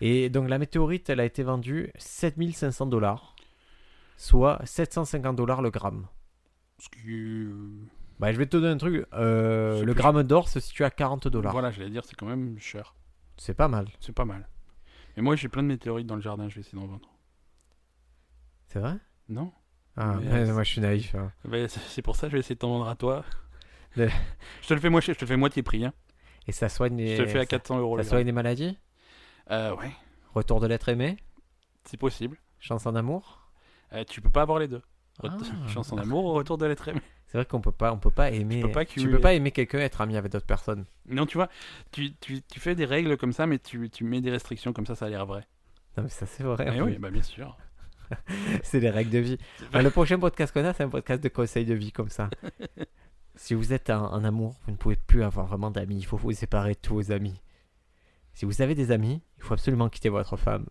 Speaker 1: Et donc la météorite, elle a été vendue 7500 dollars, soit 750 dollars le gramme.
Speaker 2: Ce qui. euh,
Speaker 1: Bah, je vais te donner un truc. euh,
Speaker 2: C'est
Speaker 1: le
Speaker 2: plus-
Speaker 1: gramme d'or se situe à 40 dollars.
Speaker 2: Voilà, j'allais dire, c'est quand même cher.
Speaker 1: C'est pas mal.
Speaker 2: C'est pas mal. Et moi, j'ai plein de météorites dans le jardin. Je vais essayer d'en vendre.
Speaker 1: C'est vrai
Speaker 2: Non
Speaker 1: Ah,
Speaker 2: Mais,
Speaker 1: mais
Speaker 2: euh,
Speaker 1: moi, je suis naïf. hein.
Speaker 2: Bah, c'est- C'est pour ça, je vais essayer de t'en vendre à toi.
Speaker 1: Le-
Speaker 2: Je te le fais moitié, je te le fais moitié prix. Hein.
Speaker 1: Et ça soigne les.
Speaker 2: Je te le fais à
Speaker 1: ça-
Speaker 2: 400 euros.
Speaker 1: Ça
Speaker 2: le
Speaker 1: soigne les maladies
Speaker 2: gramme. Euh, ouais,
Speaker 1: Retour de l'être aimé
Speaker 2: c'est possible.
Speaker 1: Chance en amour
Speaker 2: Euh, tu peux pas avoir les deux. Ret-
Speaker 1: Ah.
Speaker 2: Chanson d'amour au retour de l'être aimé.
Speaker 1: C'est vrai qu'on peut pas, on peut pas aimer.
Speaker 2: peux pas
Speaker 1: tu
Speaker 2: cumuler.
Speaker 1: peux pas aimer quelqu'un et être ami avec d'autres personnes.
Speaker 2: Non, tu vois, tu, tu, tu fais des règles comme ça, mais tu, tu mets des restrictions comme ça, ça a l'air vrai.
Speaker 1: Non mais ça c'est vrai.
Speaker 2: Eh
Speaker 1: en
Speaker 2: oui,
Speaker 1: fait.
Speaker 2: bah bien sûr.
Speaker 1: C'est les règles de vie.
Speaker 2: pas-
Speaker 1: le prochain podcast qu'on a, c'est un podcast de conseils de vie comme ça. si vous êtes en, en amour, vous ne pouvez plus avoir vraiment d'amis. Il faut vous séparer de tous vos amis. Si vous avez des amis, il faut absolument quitter votre femme.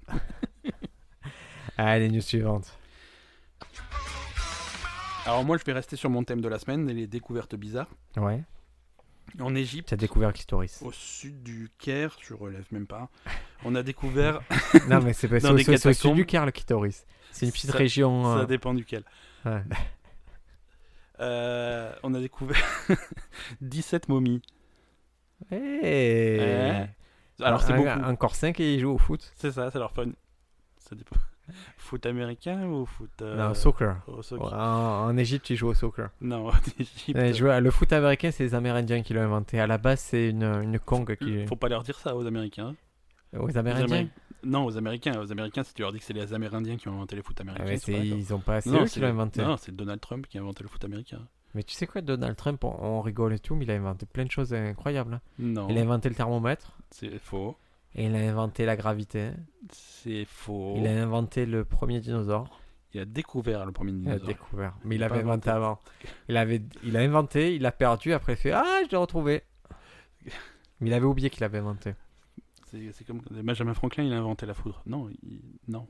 Speaker 1: Allez, news suivante.
Speaker 2: Alors moi, je vais rester sur mon thème de la semaine, les découvertes bizarres.
Speaker 1: Ouais.
Speaker 2: En Égypte,
Speaker 1: Tu as découvert le clitoris.
Speaker 2: au sud du Caire, je relève même pas, on a découvert,
Speaker 1: non mais c'est pas
Speaker 2: Dans
Speaker 1: c'est au-
Speaker 2: des
Speaker 1: c'est au- c'est au
Speaker 2: catacombes.
Speaker 1: sud du Caire le clitoris. C'est une petite
Speaker 2: Ça-
Speaker 1: région.
Speaker 2: ça
Speaker 1: euh,
Speaker 2: dépend duquel,
Speaker 1: ouais.
Speaker 2: Euh, on a découvert 17 momies.
Speaker 1: Hey.
Speaker 2: Ouais. Alors c'est
Speaker 1: Un-
Speaker 2: beaucoup,
Speaker 1: Encore 5 et ils jouent au foot.
Speaker 2: c'est ça, c'est leur fun. Ça dépend. Foot américain ou foot... euh,
Speaker 1: Non, au soccer.
Speaker 2: au soccer
Speaker 1: En, en Égypte, ils jouent au soccer.
Speaker 2: Non, en Égypte.
Speaker 1: Ouais, je vois, le foot américain, c'est les Amérindiens qui l'ont inventé. À la base, c'est une, une congue qui.
Speaker 2: Faut pas leur dire ça aux Américains.
Speaker 1: Aux
Speaker 2: Aux
Speaker 1: Amérindiens
Speaker 2: Améri- Non, aux Américains. Aux Américains, si tu leur dis que c'est les Amérindiens qui ont inventé le foot
Speaker 1: Ah,
Speaker 2: américain,
Speaker 1: mais
Speaker 2: ils sont
Speaker 1: c'est-
Speaker 2: pas d'accord.
Speaker 1: Ils ont pas. C'est
Speaker 2: Non,
Speaker 1: eux qui l'ont inventé.
Speaker 2: Non, c'est Donald Trump qui a inventé le foot américain.
Speaker 1: Mais tu sais quoi, Donald Trump, on, on rigole et tout, mais il a inventé plein de choses incroyables. hein.
Speaker 2: Non,
Speaker 1: Il a inventé le thermomètre.
Speaker 2: c'est faux.
Speaker 1: Et il a inventé la gravité. hein.
Speaker 2: C'est faux.
Speaker 1: Il a inventé le premier dinosaure.
Speaker 2: Il a découvert le premier
Speaker 1: Il a
Speaker 2: dinosaure.
Speaker 1: découvert. Mais
Speaker 2: Il
Speaker 1: il
Speaker 2: a
Speaker 1: l'avait
Speaker 2: pas
Speaker 1: inventé avant. Il, avait, il a inventé, il l'a perdu, après il fait Ah, je l'ai retrouvé. Mais il avait oublié qu'il l'avait inventé.
Speaker 2: C'est c'est comme Benjamin Franklin, il a inventé la foudre. Non, il- non.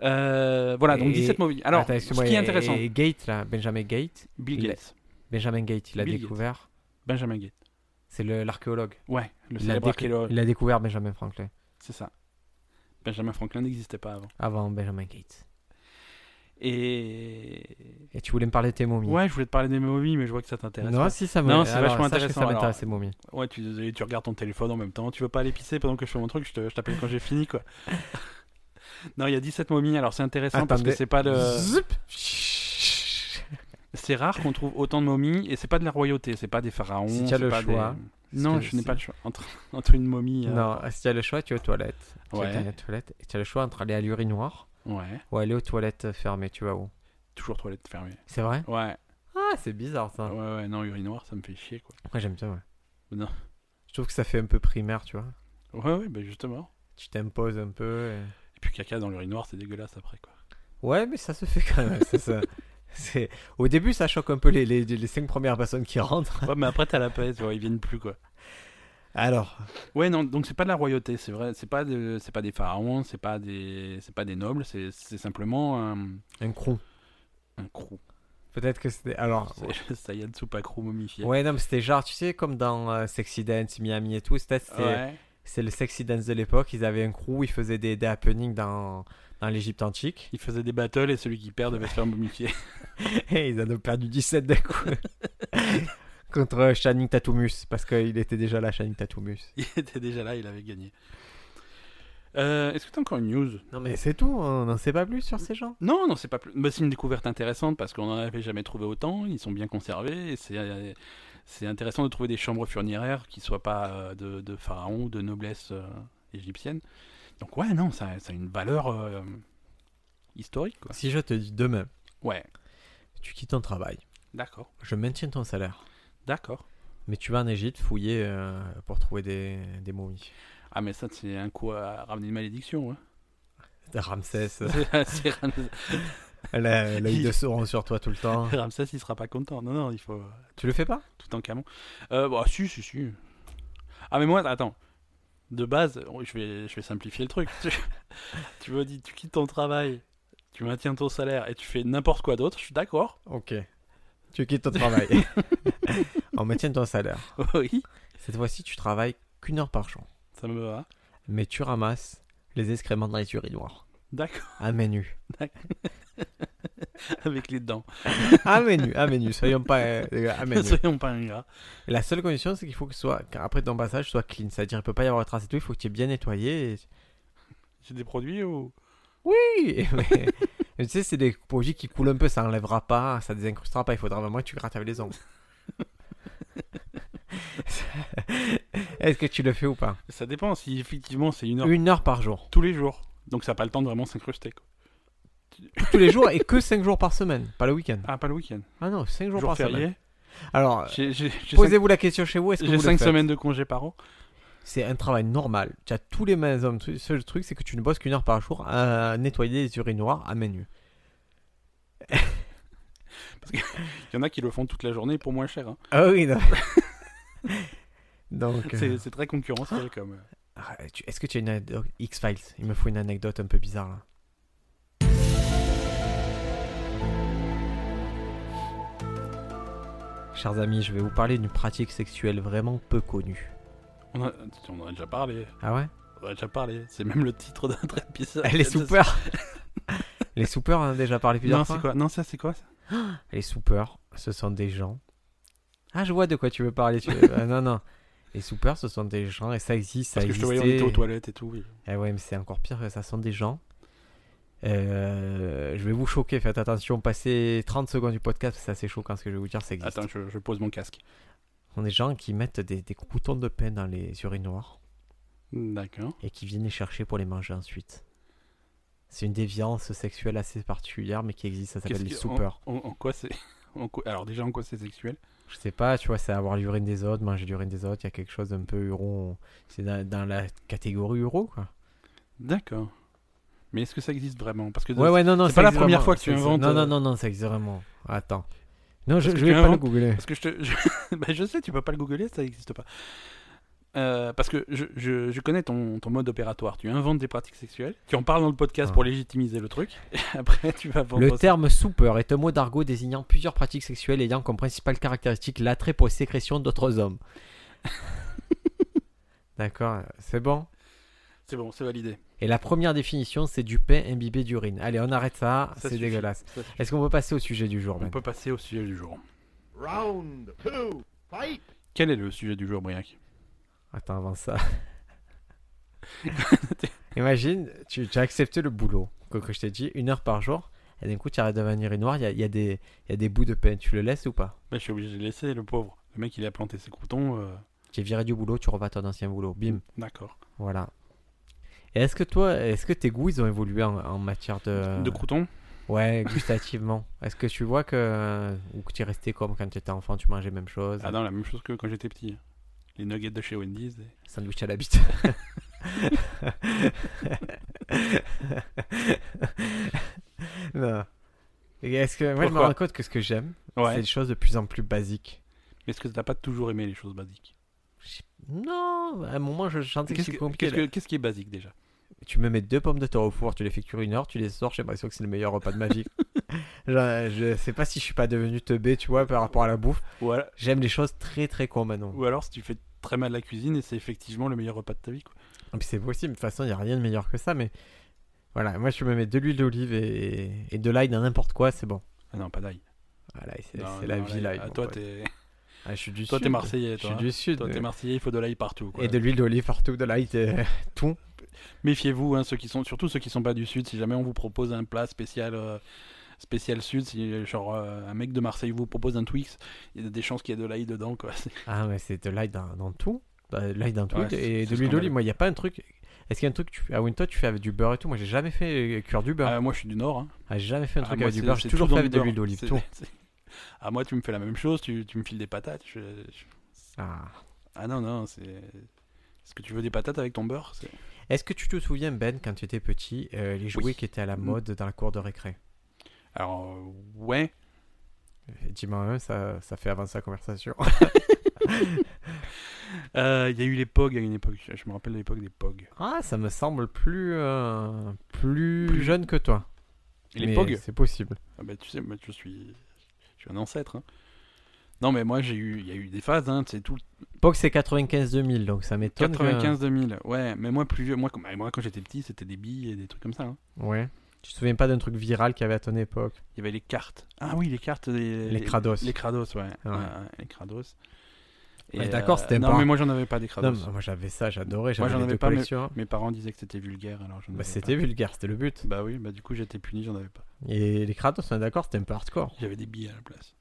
Speaker 2: Euh, voilà, donc
Speaker 1: Et-
Speaker 2: 17 mauvais. Alors,
Speaker 1: Attends,
Speaker 2: ce
Speaker 1: excuse-moi,
Speaker 2: qui est
Speaker 1: et-
Speaker 2: intéressant,
Speaker 1: Et Gate, là, Benjamin Gate.
Speaker 2: Bill
Speaker 1: il-
Speaker 2: Gates.
Speaker 1: Benjamin Gate, il a
Speaker 2: Bill Gates.
Speaker 1: découvert.
Speaker 2: Benjamin Gates.
Speaker 1: C'est le- l'archéologue.
Speaker 2: Ouais,
Speaker 1: Il,
Speaker 2: le
Speaker 1: a
Speaker 2: célèbre
Speaker 1: décou-
Speaker 2: archéologue.
Speaker 1: il a découvert Benjamin Franklin.
Speaker 2: C'est ça. Benjamin Franklin n'existait pas avant.
Speaker 1: Avant Benjamin Gate.
Speaker 2: Et.
Speaker 1: Et tu voulais me parler de tes momies
Speaker 2: Ouais, je voulais te parler des momies, mais je vois que ça t'intéresse.
Speaker 1: Non,
Speaker 2: pas.
Speaker 1: si ça me-
Speaker 2: Non, c'est
Speaker 1: alors,
Speaker 2: vachement
Speaker 1: sache que
Speaker 2: intéressant,
Speaker 1: Ça m'intéresse, ces momies.
Speaker 2: Ouais, tu, désolé, tu regardes ton téléphone en même temps. Tu veux pas aller pisser pendant que je fais mon truc, je te- je t'appelle quand j'ai fini, quoi. non, il y a 17 momies, alors c'est intéressant parce que
Speaker 1: Attendez.
Speaker 2: c'est pas de.
Speaker 1: Zoup
Speaker 2: C'est rare qu'on trouve autant de momies et c'est pas de la royauté, c'est pas des pharaons.
Speaker 1: Si tu as
Speaker 2: c'est
Speaker 1: le
Speaker 2: pas
Speaker 1: choix,
Speaker 2: des- Non,
Speaker 1: que
Speaker 2: je n'ai
Speaker 1: c'est-
Speaker 2: pas le choix. Entre, entre une momie. euh,
Speaker 1: Non, si tu as le choix, tu vas aux toilettes. Tu
Speaker 2: Ouais.
Speaker 1: vas aux toilettes et tu as le choix entre aller à l'urinoir
Speaker 2: Ouais.
Speaker 1: ou aller aux toilettes euh, fermées. Tu vas où
Speaker 2: Toujours toilette fermée.
Speaker 1: C'est vrai
Speaker 2: Ouais.
Speaker 1: Ah, c'est bizarre ça.
Speaker 2: Ouais, ouais, non, urinoir, ça me fait chier, quoi.
Speaker 1: Moi j'aime ça, ouais.
Speaker 2: Non.
Speaker 1: Je trouve que ça fait un peu primaire, tu vois.
Speaker 2: Ouais, ouais, bah justement.
Speaker 1: Tu t'imposes un peu. et-
Speaker 2: Et puis caca dans l'urinoir, c'est dégueulasse après, quoi.
Speaker 1: Ouais, mais ça se fait quand même, c'est ça. C'est- Au début, ça choque un peu les, les, les cinq premières personnes qui rentrent.
Speaker 2: Ouais, mais après, t'as la paix, tu vois, ils viennent plus, quoi.
Speaker 1: Alors,
Speaker 2: Ouais, non, donc c'est pas de la royauté, c'est vrai. C'est pas, de... c'est pas des pharaons, c'est pas des, c'est pas des nobles, c'est c'est simplement un,
Speaker 1: un crew.
Speaker 2: un crew.
Speaker 1: Peut-être que c'était.
Speaker 2: Ah,
Speaker 1: Alors.
Speaker 2: C'est ça y est, dessous, pas crew momifié.
Speaker 1: Ouais, non, mais c'était genre, tu sais, comme dans euh, Sexy Dance, Miami et tout, c'était. c'était-
Speaker 2: Ouais.
Speaker 1: C'est le sexy dance de l'époque. Ils avaient un crew, ils faisaient des, des happenings dans, dans l'Égypte antique.
Speaker 2: Ils faisaient des battles et celui qui perd devait se faire momifier.
Speaker 1: Et ils en ont perdu 17 d'un coup. Contre Channing Tatumus, parce qu'il était déjà là, Channing Tatumus.
Speaker 2: Il était déjà là, il avait gagné. Euh, Est-ce que t'as encore une news
Speaker 1: Non, mais c'est tout, on n'en sait pas plus sur ces gens.
Speaker 2: Non, non, c'est pas plus. Bah, c'est une découverte intéressante parce qu'on n'en avait jamais trouvé autant. Ils sont bien conservés. et C'est euh, c'est intéressant de trouver des chambres funéraires qui soient pas euh, de, de pharaon ou de noblesse euh, égyptienne. Donc ouais, non, ça, ça a une valeur euh, historique. Quoi.
Speaker 1: Si je te dis demain,
Speaker 2: Ouais,
Speaker 1: tu quittes ton travail,
Speaker 2: d'accord,
Speaker 1: je maintiens ton salaire,
Speaker 2: d'accord.
Speaker 1: mais tu vas en Égypte fouiller euh, pour trouver des, des momies.
Speaker 2: Ah mais ça c'est un coup à ramener une malédiction. hein.
Speaker 1: Ramsès, euh,
Speaker 2: C'est Ramsès.
Speaker 1: l'œil l'œil de Sauron sur toi tout le temps.
Speaker 2: Ramsès, il sera pas content. Non, non, il faut.
Speaker 1: Tu le fais pas
Speaker 2: tout en camon. Euh, bah, si, si, si. Ah, mais moi, attends. De base, oh, je vais, je vais simplifier le truc. tu tu me dis, tu quittes ton travail, tu maintiens ton salaire et tu fais n'importe quoi d'autre, je suis d'accord.
Speaker 1: Ok. Tu quittes ton travail. on maintient ton salaire.
Speaker 2: oui,
Speaker 1: Cette fois-ci, tu travailles qu'une heure par jour,
Speaker 2: ça me va.
Speaker 1: mais tu ramasses les excréments dans les urinoirs.
Speaker 2: D'accord,
Speaker 1: À menu.
Speaker 2: avec les dents.
Speaker 1: À menu, à menu, soyons pas. euh, les gars, à menu.
Speaker 2: Soyons pas ingrats.
Speaker 1: La seule condition, c'est qu'il faut que ce soit, qu'après ton passage, ce soit clean. C'est-à-dire, il peut pas y avoir de traces et tout, il faut que tu aies bien nettoyé. et-
Speaker 2: C'est des produits ou.
Speaker 1: Oui, mais- mais tu sais, c'est des produits qui coulent un peu, ça enlèvera pas, ça désincrustera pas, il faudra vraiment que tu grattes avec les ongles. Est-ce que tu le fais ou pas
Speaker 2: Ça dépend si effectivement c'est une heure
Speaker 1: Une heure par jour,
Speaker 2: tous les jours. Donc ça n'a pas le temps de vraiment s'incruster. quoi.
Speaker 1: tous les jours et que 5 jours par semaine, pas le week-end.
Speaker 2: Ah, pas le week-end.
Speaker 1: Ah non, 5 jours
Speaker 2: Jour
Speaker 1: par semaine.
Speaker 2: férié.
Speaker 1: Alors,
Speaker 2: J'ai- J'ai j'ai cinq-
Speaker 1: Posez-vous la question chez vous, est-ce que
Speaker 2: j'ai
Speaker 1: vous
Speaker 2: cinq
Speaker 1: le faites
Speaker 2: semaines de congé par an.
Speaker 1: C'est un travail normal. Tu as tous les mêmes hommes. Le seul truc, c'est que tu ne bosses qu'une heure par jour à nettoyer les urinoirs à main nue.
Speaker 2: Il y en a qui le font toute la journée pour moins cher. hein.
Speaker 1: Ah oui, non. Donc, euh,
Speaker 2: C'est- C'est très concurrentiel comme.
Speaker 1: ah, tu- est-ce que tu as une anecdote X-Files Il me faut une anecdote un peu bizarre là. Chers amis, je vais vous parler d'une pratique sexuelle vraiment peu connue.
Speaker 2: On, a- on en a déjà parlé.
Speaker 1: Ah ouais
Speaker 2: On en a déjà parlé. C'est même le titre de notre épisode.
Speaker 1: Les soupeurs Les soupeurs, on en a hein, déjà parlé plusieurs
Speaker 2: Non,
Speaker 1: fois.
Speaker 2: c'est quoi Non, ça, c'est quoi ça
Speaker 1: Les soupeurs, ce sont des gens. Ah, je vois de quoi tu veux parler. tu veux- Ah, non, non. Les soupeurs, ce sont des gens, et ça existe, ça
Speaker 2: Parce que
Speaker 1: existe.
Speaker 2: je te voyais, on était aux toilettes et tout. oui.
Speaker 1: Ah ouais, mais c'est encore pire, ça sont des gens. Euh, je vais vous choquer, faites attention, passez 30 secondes du podcast, c'est assez choquant ce que je vais vous dire, ça existe.
Speaker 2: Attends, je, je pose mon casque.
Speaker 1: Ce sont des gens qui mettent des, des croutons de pain dans les urinoirs
Speaker 2: D'accord.
Speaker 1: et qui viennent les chercher pour les manger ensuite. C'est une déviance sexuelle assez particulière, mais qui existe, ça s'appelle
Speaker 2: Qu'est-ce
Speaker 1: les
Speaker 2: que-
Speaker 1: soupeurs.
Speaker 2: En, en quoi c'est En quoi- Alors déjà en quoi c'est sexuel
Speaker 1: Je sais pas, tu vois, c'est avoir l'urine des autres, manger l'urine des autres, il y a quelque chose d'un peu euro. C'est dans, dans la catégorie euro, quoi.
Speaker 2: D'accord. Mais est-ce que ça existe vraiment Parce que
Speaker 1: Ouais, ouais, non, non,
Speaker 2: c'est
Speaker 1: ça
Speaker 2: pas la
Speaker 1: existe
Speaker 2: première
Speaker 1: vraiment,
Speaker 2: fois que tu
Speaker 1: ça existe-
Speaker 2: inventes,
Speaker 1: Non,
Speaker 2: euh,
Speaker 1: non, non, non, ça existe vraiment. Attends. Non,
Speaker 2: Parce
Speaker 1: je,
Speaker 2: que
Speaker 1: je
Speaker 2: tu
Speaker 1: vais pas le
Speaker 2: inventes-
Speaker 1: googler.
Speaker 2: Parce que je te. je- Bah, je sais, tu peux pas le googler, ça n'existe pas. Euh, parce que je, je- je connais ton, ton mode opératoire. Tu inventes des pratiques sexuelles, tu en parles dans le podcast
Speaker 1: Ah.
Speaker 2: pour légitimiser le truc, et après tu vas vendre
Speaker 1: Le
Speaker 2: ça.
Speaker 1: terme soupeur est un mot d'argot désignant plusieurs pratiques sexuelles ayant comme principale caractéristique l'attrait pour les sécrétions d'autres hommes. D'accord, c'est bon.
Speaker 2: C'est bon, c'est validé.
Speaker 1: Et la première définition, c'est du pain imbibé d'urine. Allez, on arrête ça,
Speaker 2: Ça
Speaker 1: c'est
Speaker 2: suffit.
Speaker 1: dégueulasse.
Speaker 2: Ça suffit.
Speaker 1: Est-ce qu'on peut passer au sujet du jour
Speaker 2: On
Speaker 1: Ben
Speaker 2: peut passer au sujet du jour.
Speaker 3: Round two, fight!
Speaker 2: Quel est le sujet du jour, Briac
Speaker 1: Attends, avant Ah, ça. Imagine, tu, tu as accepté le boulot, que, que je t'ai dit, une heure par jour, et d'un coup, tu arrêtes de venir une noire, il y a, il y a des il y a des bouts de pain. Tu le laisses ou pas
Speaker 2: bah, Je suis obligé de le laisser, le pauvre. Le mec, il a planté ses croutons. euh,
Speaker 1: Tu es viré du boulot, tu revas à ton ancien boulot. Bim,
Speaker 2: D'accord.
Speaker 1: voilà. Et est-ce que toi, est-ce que tes goûts, ils ont évolué en, en matière de.
Speaker 2: De croutons
Speaker 1: Ouais, gustativement. est-ce que tu vois que. Ou que tu es resté comme quand tu étais enfant, tu mangeais même chose
Speaker 2: Ah non, la même chose que quand j'étais petit. Les nuggets de chez Wendy's. et-
Speaker 1: Sandwich à la bite. non. Et Est-ce que moi je me
Speaker 2: Pourquoi
Speaker 1: rends compte que ce que j'aime, c'est
Speaker 2: Ouais.
Speaker 1: des choses de plus en plus basiques.
Speaker 2: Mais est-ce que t'as pas toujours aimé les choses basiques
Speaker 1: Je- Non, à un moment je sentais que
Speaker 2: Qu'est-ce
Speaker 1: c'était
Speaker 2: que-
Speaker 1: compliqué.
Speaker 2: qu'est-ce que- qu'est-ce qui est basique déjà
Speaker 1: Tu me mets deux pommes de terre au four, tu les fais cuire une heure, tu les sors, j'ai l'impression que c'est le meilleur repas de ma vie. Genre, je sais pas si je suis pas devenu teubé, tu vois, par rapport à la bouffe.
Speaker 2: Ou alors,
Speaker 1: J'aime les choses très très cons maintenant.
Speaker 2: ou alors si tu fais très mal la cuisine et c'est effectivement le meilleur repas de ta vie. Quoi.
Speaker 1: Ah, mais C'est possible, de toute façon, il n'y a rien de meilleur que ça, mais voilà, moi je me mets de l'huile d'olive et, et de l'ail dans n'importe quoi, c'est bon.
Speaker 2: Ah non, pas d'ail.
Speaker 1: Voilà, et Ah, c'est
Speaker 2: Non,
Speaker 1: c'est la
Speaker 2: non,
Speaker 1: vie
Speaker 2: là,
Speaker 1: l'ail.
Speaker 2: ah,
Speaker 1: mon
Speaker 2: toi,
Speaker 1: pote.
Speaker 2: t'es,
Speaker 1: Ah, je suis du
Speaker 2: toi,
Speaker 1: sud.
Speaker 2: t'es Marseillais.
Speaker 1: Je
Speaker 2: Toi,
Speaker 1: suis
Speaker 2: hein.
Speaker 1: du sud.
Speaker 2: Toi, t'es
Speaker 1: euh,
Speaker 2: Marseillais, il faut de l'ail partout. Quoi.
Speaker 1: et de l'huile d'olive partout, de l'ail, t'es- tout.
Speaker 2: Méfiez-vous, hein, ceux qui sont, surtout ceux qui sont pas du sud, si jamais on vous propose un plat spécial. euh, Spécial sud, si genre euh, un mec de Marseille vous propose un Twix, il y a des chances qu'il y ait de l'ail dedans quoi. C'est-
Speaker 1: Ah, mais c'est de l'ail dans, dans tout. Bah, de L'ail dans tout
Speaker 2: Ouais, c'est-
Speaker 1: et
Speaker 2: c'est
Speaker 1: de l'huile
Speaker 2: scandaleux.
Speaker 1: d'olive. Moi, il n'y a pas un truc. Est-ce qu'il y a un truc que tu... à Winto tu fais ah, avec du beurre et tout Moi, j'ai jamais fait euh, cuire du beurre.
Speaker 2: Ah, moi je suis du nord, hein.
Speaker 1: Ah, j'ai jamais fait un
Speaker 2: Ah,
Speaker 1: truc
Speaker 2: moi,
Speaker 1: avec du
Speaker 2: c'est-
Speaker 1: beurre.
Speaker 2: c'est
Speaker 1: J'ai toujours
Speaker 2: tout
Speaker 1: fait
Speaker 2: dans
Speaker 1: avec
Speaker 2: le
Speaker 1: de
Speaker 2: beurre.
Speaker 1: l'huile d'olive.
Speaker 2: C'est-
Speaker 1: Tout.
Speaker 2: c'est- Ah moi tu me fais la même chose, tu, tu me files des patates. je- je-
Speaker 1: Ah.
Speaker 2: Ah non non, c'est est-ce que tu veux des patates avec ton beurre C'est-
Speaker 1: Est-ce que tu te souviens, Ben, quand tu étais petit, euh, les jouets qui étaient à la
Speaker 2: Mm.
Speaker 1: mode dans la cour de récré
Speaker 2: Alors euh, ouais,
Speaker 1: Et Dis-moi un, ça, ça fait avancer la conversation.
Speaker 2: Euh, Il y a eu les POG à une époque. Je je me rappelle de l'époque des POG.
Speaker 1: ah, ça me semble plus, euh, plus,
Speaker 2: Plus-
Speaker 1: jeune que toi.
Speaker 2: Et les
Speaker 1: Mais
Speaker 2: POG
Speaker 1: C'est possible.
Speaker 2: ah bah, Tu sais, moi, je suis, je suis un ancêtre. hein. Non, mais moi, j'ai eu, il y a eu des phases. Hein, c'est tout
Speaker 1: POG, c'est 95 2000, donc ça m'étonne. que-
Speaker 2: 95 2000. Ouais, mais moi, plus vieux. Moi, comme- moi quand j'étais petit, c'était des billes et des trucs comme ça. hein.
Speaker 1: Ouais. Tu te souviens pas d'un truc viral qu'il y avait à ton époque
Speaker 2: Il y avait les cartes. Ah oui, les cartes. Des,
Speaker 1: Les Kratos. Ah
Speaker 2: Les Kratos, ouais.
Speaker 1: Ouais.
Speaker 2: Ouais, ouais, les Kratos. euh,
Speaker 1: Ouais, d'accord, c'était
Speaker 2: Non,
Speaker 1: pas-
Speaker 2: mais moi, j'en avais pas des
Speaker 1: Non,
Speaker 2: Kratos.
Speaker 1: mais moi j'avais ça, j'adorais.
Speaker 2: Moi,
Speaker 1: J'avais
Speaker 2: j'en
Speaker 1: les
Speaker 2: avais
Speaker 1: deux
Speaker 2: pas, mais-
Speaker 1: collections.
Speaker 2: Mes parents disaient que c'était vulgaire, alors je ne
Speaker 1: Bah, c'était vulgaire, c'était le but.
Speaker 2: Bah oui, bah du coup, j'étais puni, j'en avais pas.
Speaker 1: Et les Kratos, on est d'accord, c'était un peu hardcore.
Speaker 2: J'avais des billes à la place.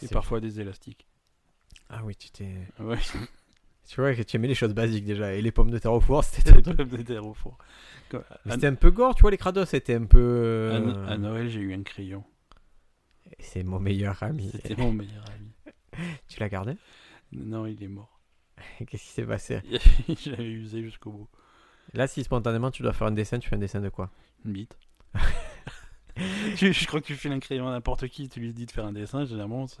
Speaker 2: Et
Speaker 1: C'est-
Speaker 2: parfois des élastiques.
Speaker 1: Ah oui, tu t'es.
Speaker 2: Ouais.
Speaker 1: Tu vois que tu aimais les choses basiques déjà. Et les pommes de terre au four, c'était.
Speaker 2: Des
Speaker 1: ton truc.
Speaker 2: pommes de terre au four. Quoi,
Speaker 1: Mais
Speaker 2: à-
Speaker 1: C'était un peu gore, tu vois, les Kratos, c'était un peu.
Speaker 2: à,
Speaker 1: euh,
Speaker 2: à Noël, j'ai eu un crayon.
Speaker 1: C'est mon meilleur ami.
Speaker 2: C'était mon meilleur ami.
Speaker 1: Tu l'as gardé
Speaker 2: Non, il est mort.
Speaker 1: Qu'est-ce qui s'est passé
Speaker 2: je l'avais usé jusqu'au bout.
Speaker 1: Là, si spontanément tu dois faire un dessin, tu fais un dessin de quoi
Speaker 2: Une bite. Tu- je crois que tu files un crayon à n'importe qui, tu lui dis de faire un dessin, généralement, c'est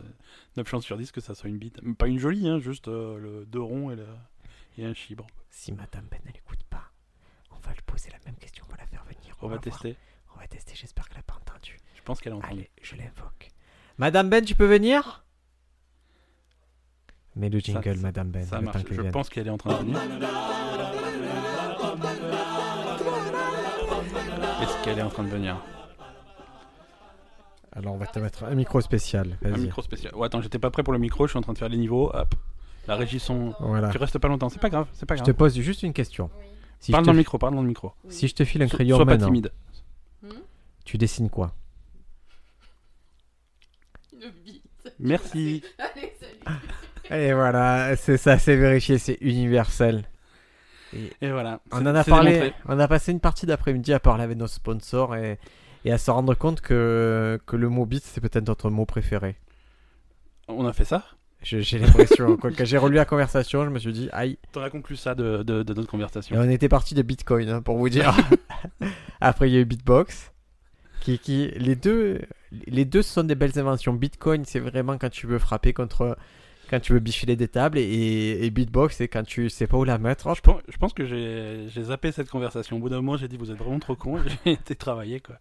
Speaker 2: 9 chances sur 10 que ça soit une bite. Pas une jolie, hein, juste euh, le deux ronds et, la- et un chibre.
Speaker 1: Si Madame Ben elle écoute pas, on va lui poser la même question, on va la faire venir.
Speaker 2: On va
Speaker 1: voir.
Speaker 2: tester.
Speaker 1: On va tester, j'espère qu'elle a pas entendu.
Speaker 2: Je pense qu'elle a entendu.
Speaker 1: Allez, je l'invoque. Madame Ben, tu peux venir Mets le jingle,
Speaker 2: ça-
Speaker 1: Madame Ben.
Speaker 2: Ça
Speaker 1: le temps
Speaker 2: marche.
Speaker 1: qu'elle
Speaker 2: Je
Speaker 1: vienne.
Speaker 2: pense qu'elle est en train de venir. Est-ce qu'elle est en train de venir
Speaker 1: Alors, on va te mettre un micro spécial.
Speaker 2: Un
Speaker 1: Vas-y.
Speaker 2: micro spécial. Ouais, attends, j'étais pas prêt pour le micro, je suis en train de faire les niveaux. Hop. La régie son.
Speaker 1: Voilà.
Speaker 2: Tu restes pas longtemps, c'est pas grave, c'est pas
Speaker 1: Je
Speaker 2: grave.
Speaker 1: te pose juste une question. Si,
Speaker 2: Parle
Speaker 1: je
Speaker 2: dans
Speaker 1: te...
Speaker 2: le micro, parle dans le micro.
Speaker 1: si je te file un
Speaker 2: So-
Speaker 1: crayon
Speaker 2: Sois pas
Speaker 1: maintenant,
Speaker 2: timide.
Speaker 1: tu dessines quoi
Speaker 4: Une bite.
Speaker 2: Merci.
Speaker 4: Allez, salut.
Speaker 1: Et voilà, c'est ça, c'est vérifié, c'est universel.
Speaker 2: Et voilà.
Speaker 1: On
Speaker 2: c'est-
Speaker 1: en a
Speaker 2: c'est
Speaker 1: parlé,
Speaker 2: démontré.
Speaker 1: on a passé une partie d'après-midi à parler avec nos sponsors et, et à se rendre compte que, que le mot bite, c'est peut-être notre mot préféré.
Speaker 2: On a fait ça
Speaker 1: Je- J'ai l'impression, quoi. Quand j'ai relu la conversation, je me suis dit, aïe.
Speaker 2: T'en as conclu ça de, de- de notre
Speaker 1: Et
Speaker 2: conversation.
Speaker 1: on était parti de Bitcoin, hein, pour vous dire. Après, il y a eu Bitbox. Qui, qui, les, deux, les deux sont des belles inventions. Bitcoin, c'est vraiment quand tu veux frapper contre. Quand tu veux bifiler des tables. Et, et Bitbox, c'est quand tu sais pas où la mettre. Hop,
Speaker 2: Je pense, je pense que j'ai j'ai zappé cette conversation. Au bout d'un moment, j'ai dit vous êtes vraiment trop con. J'ai été travailler quoi.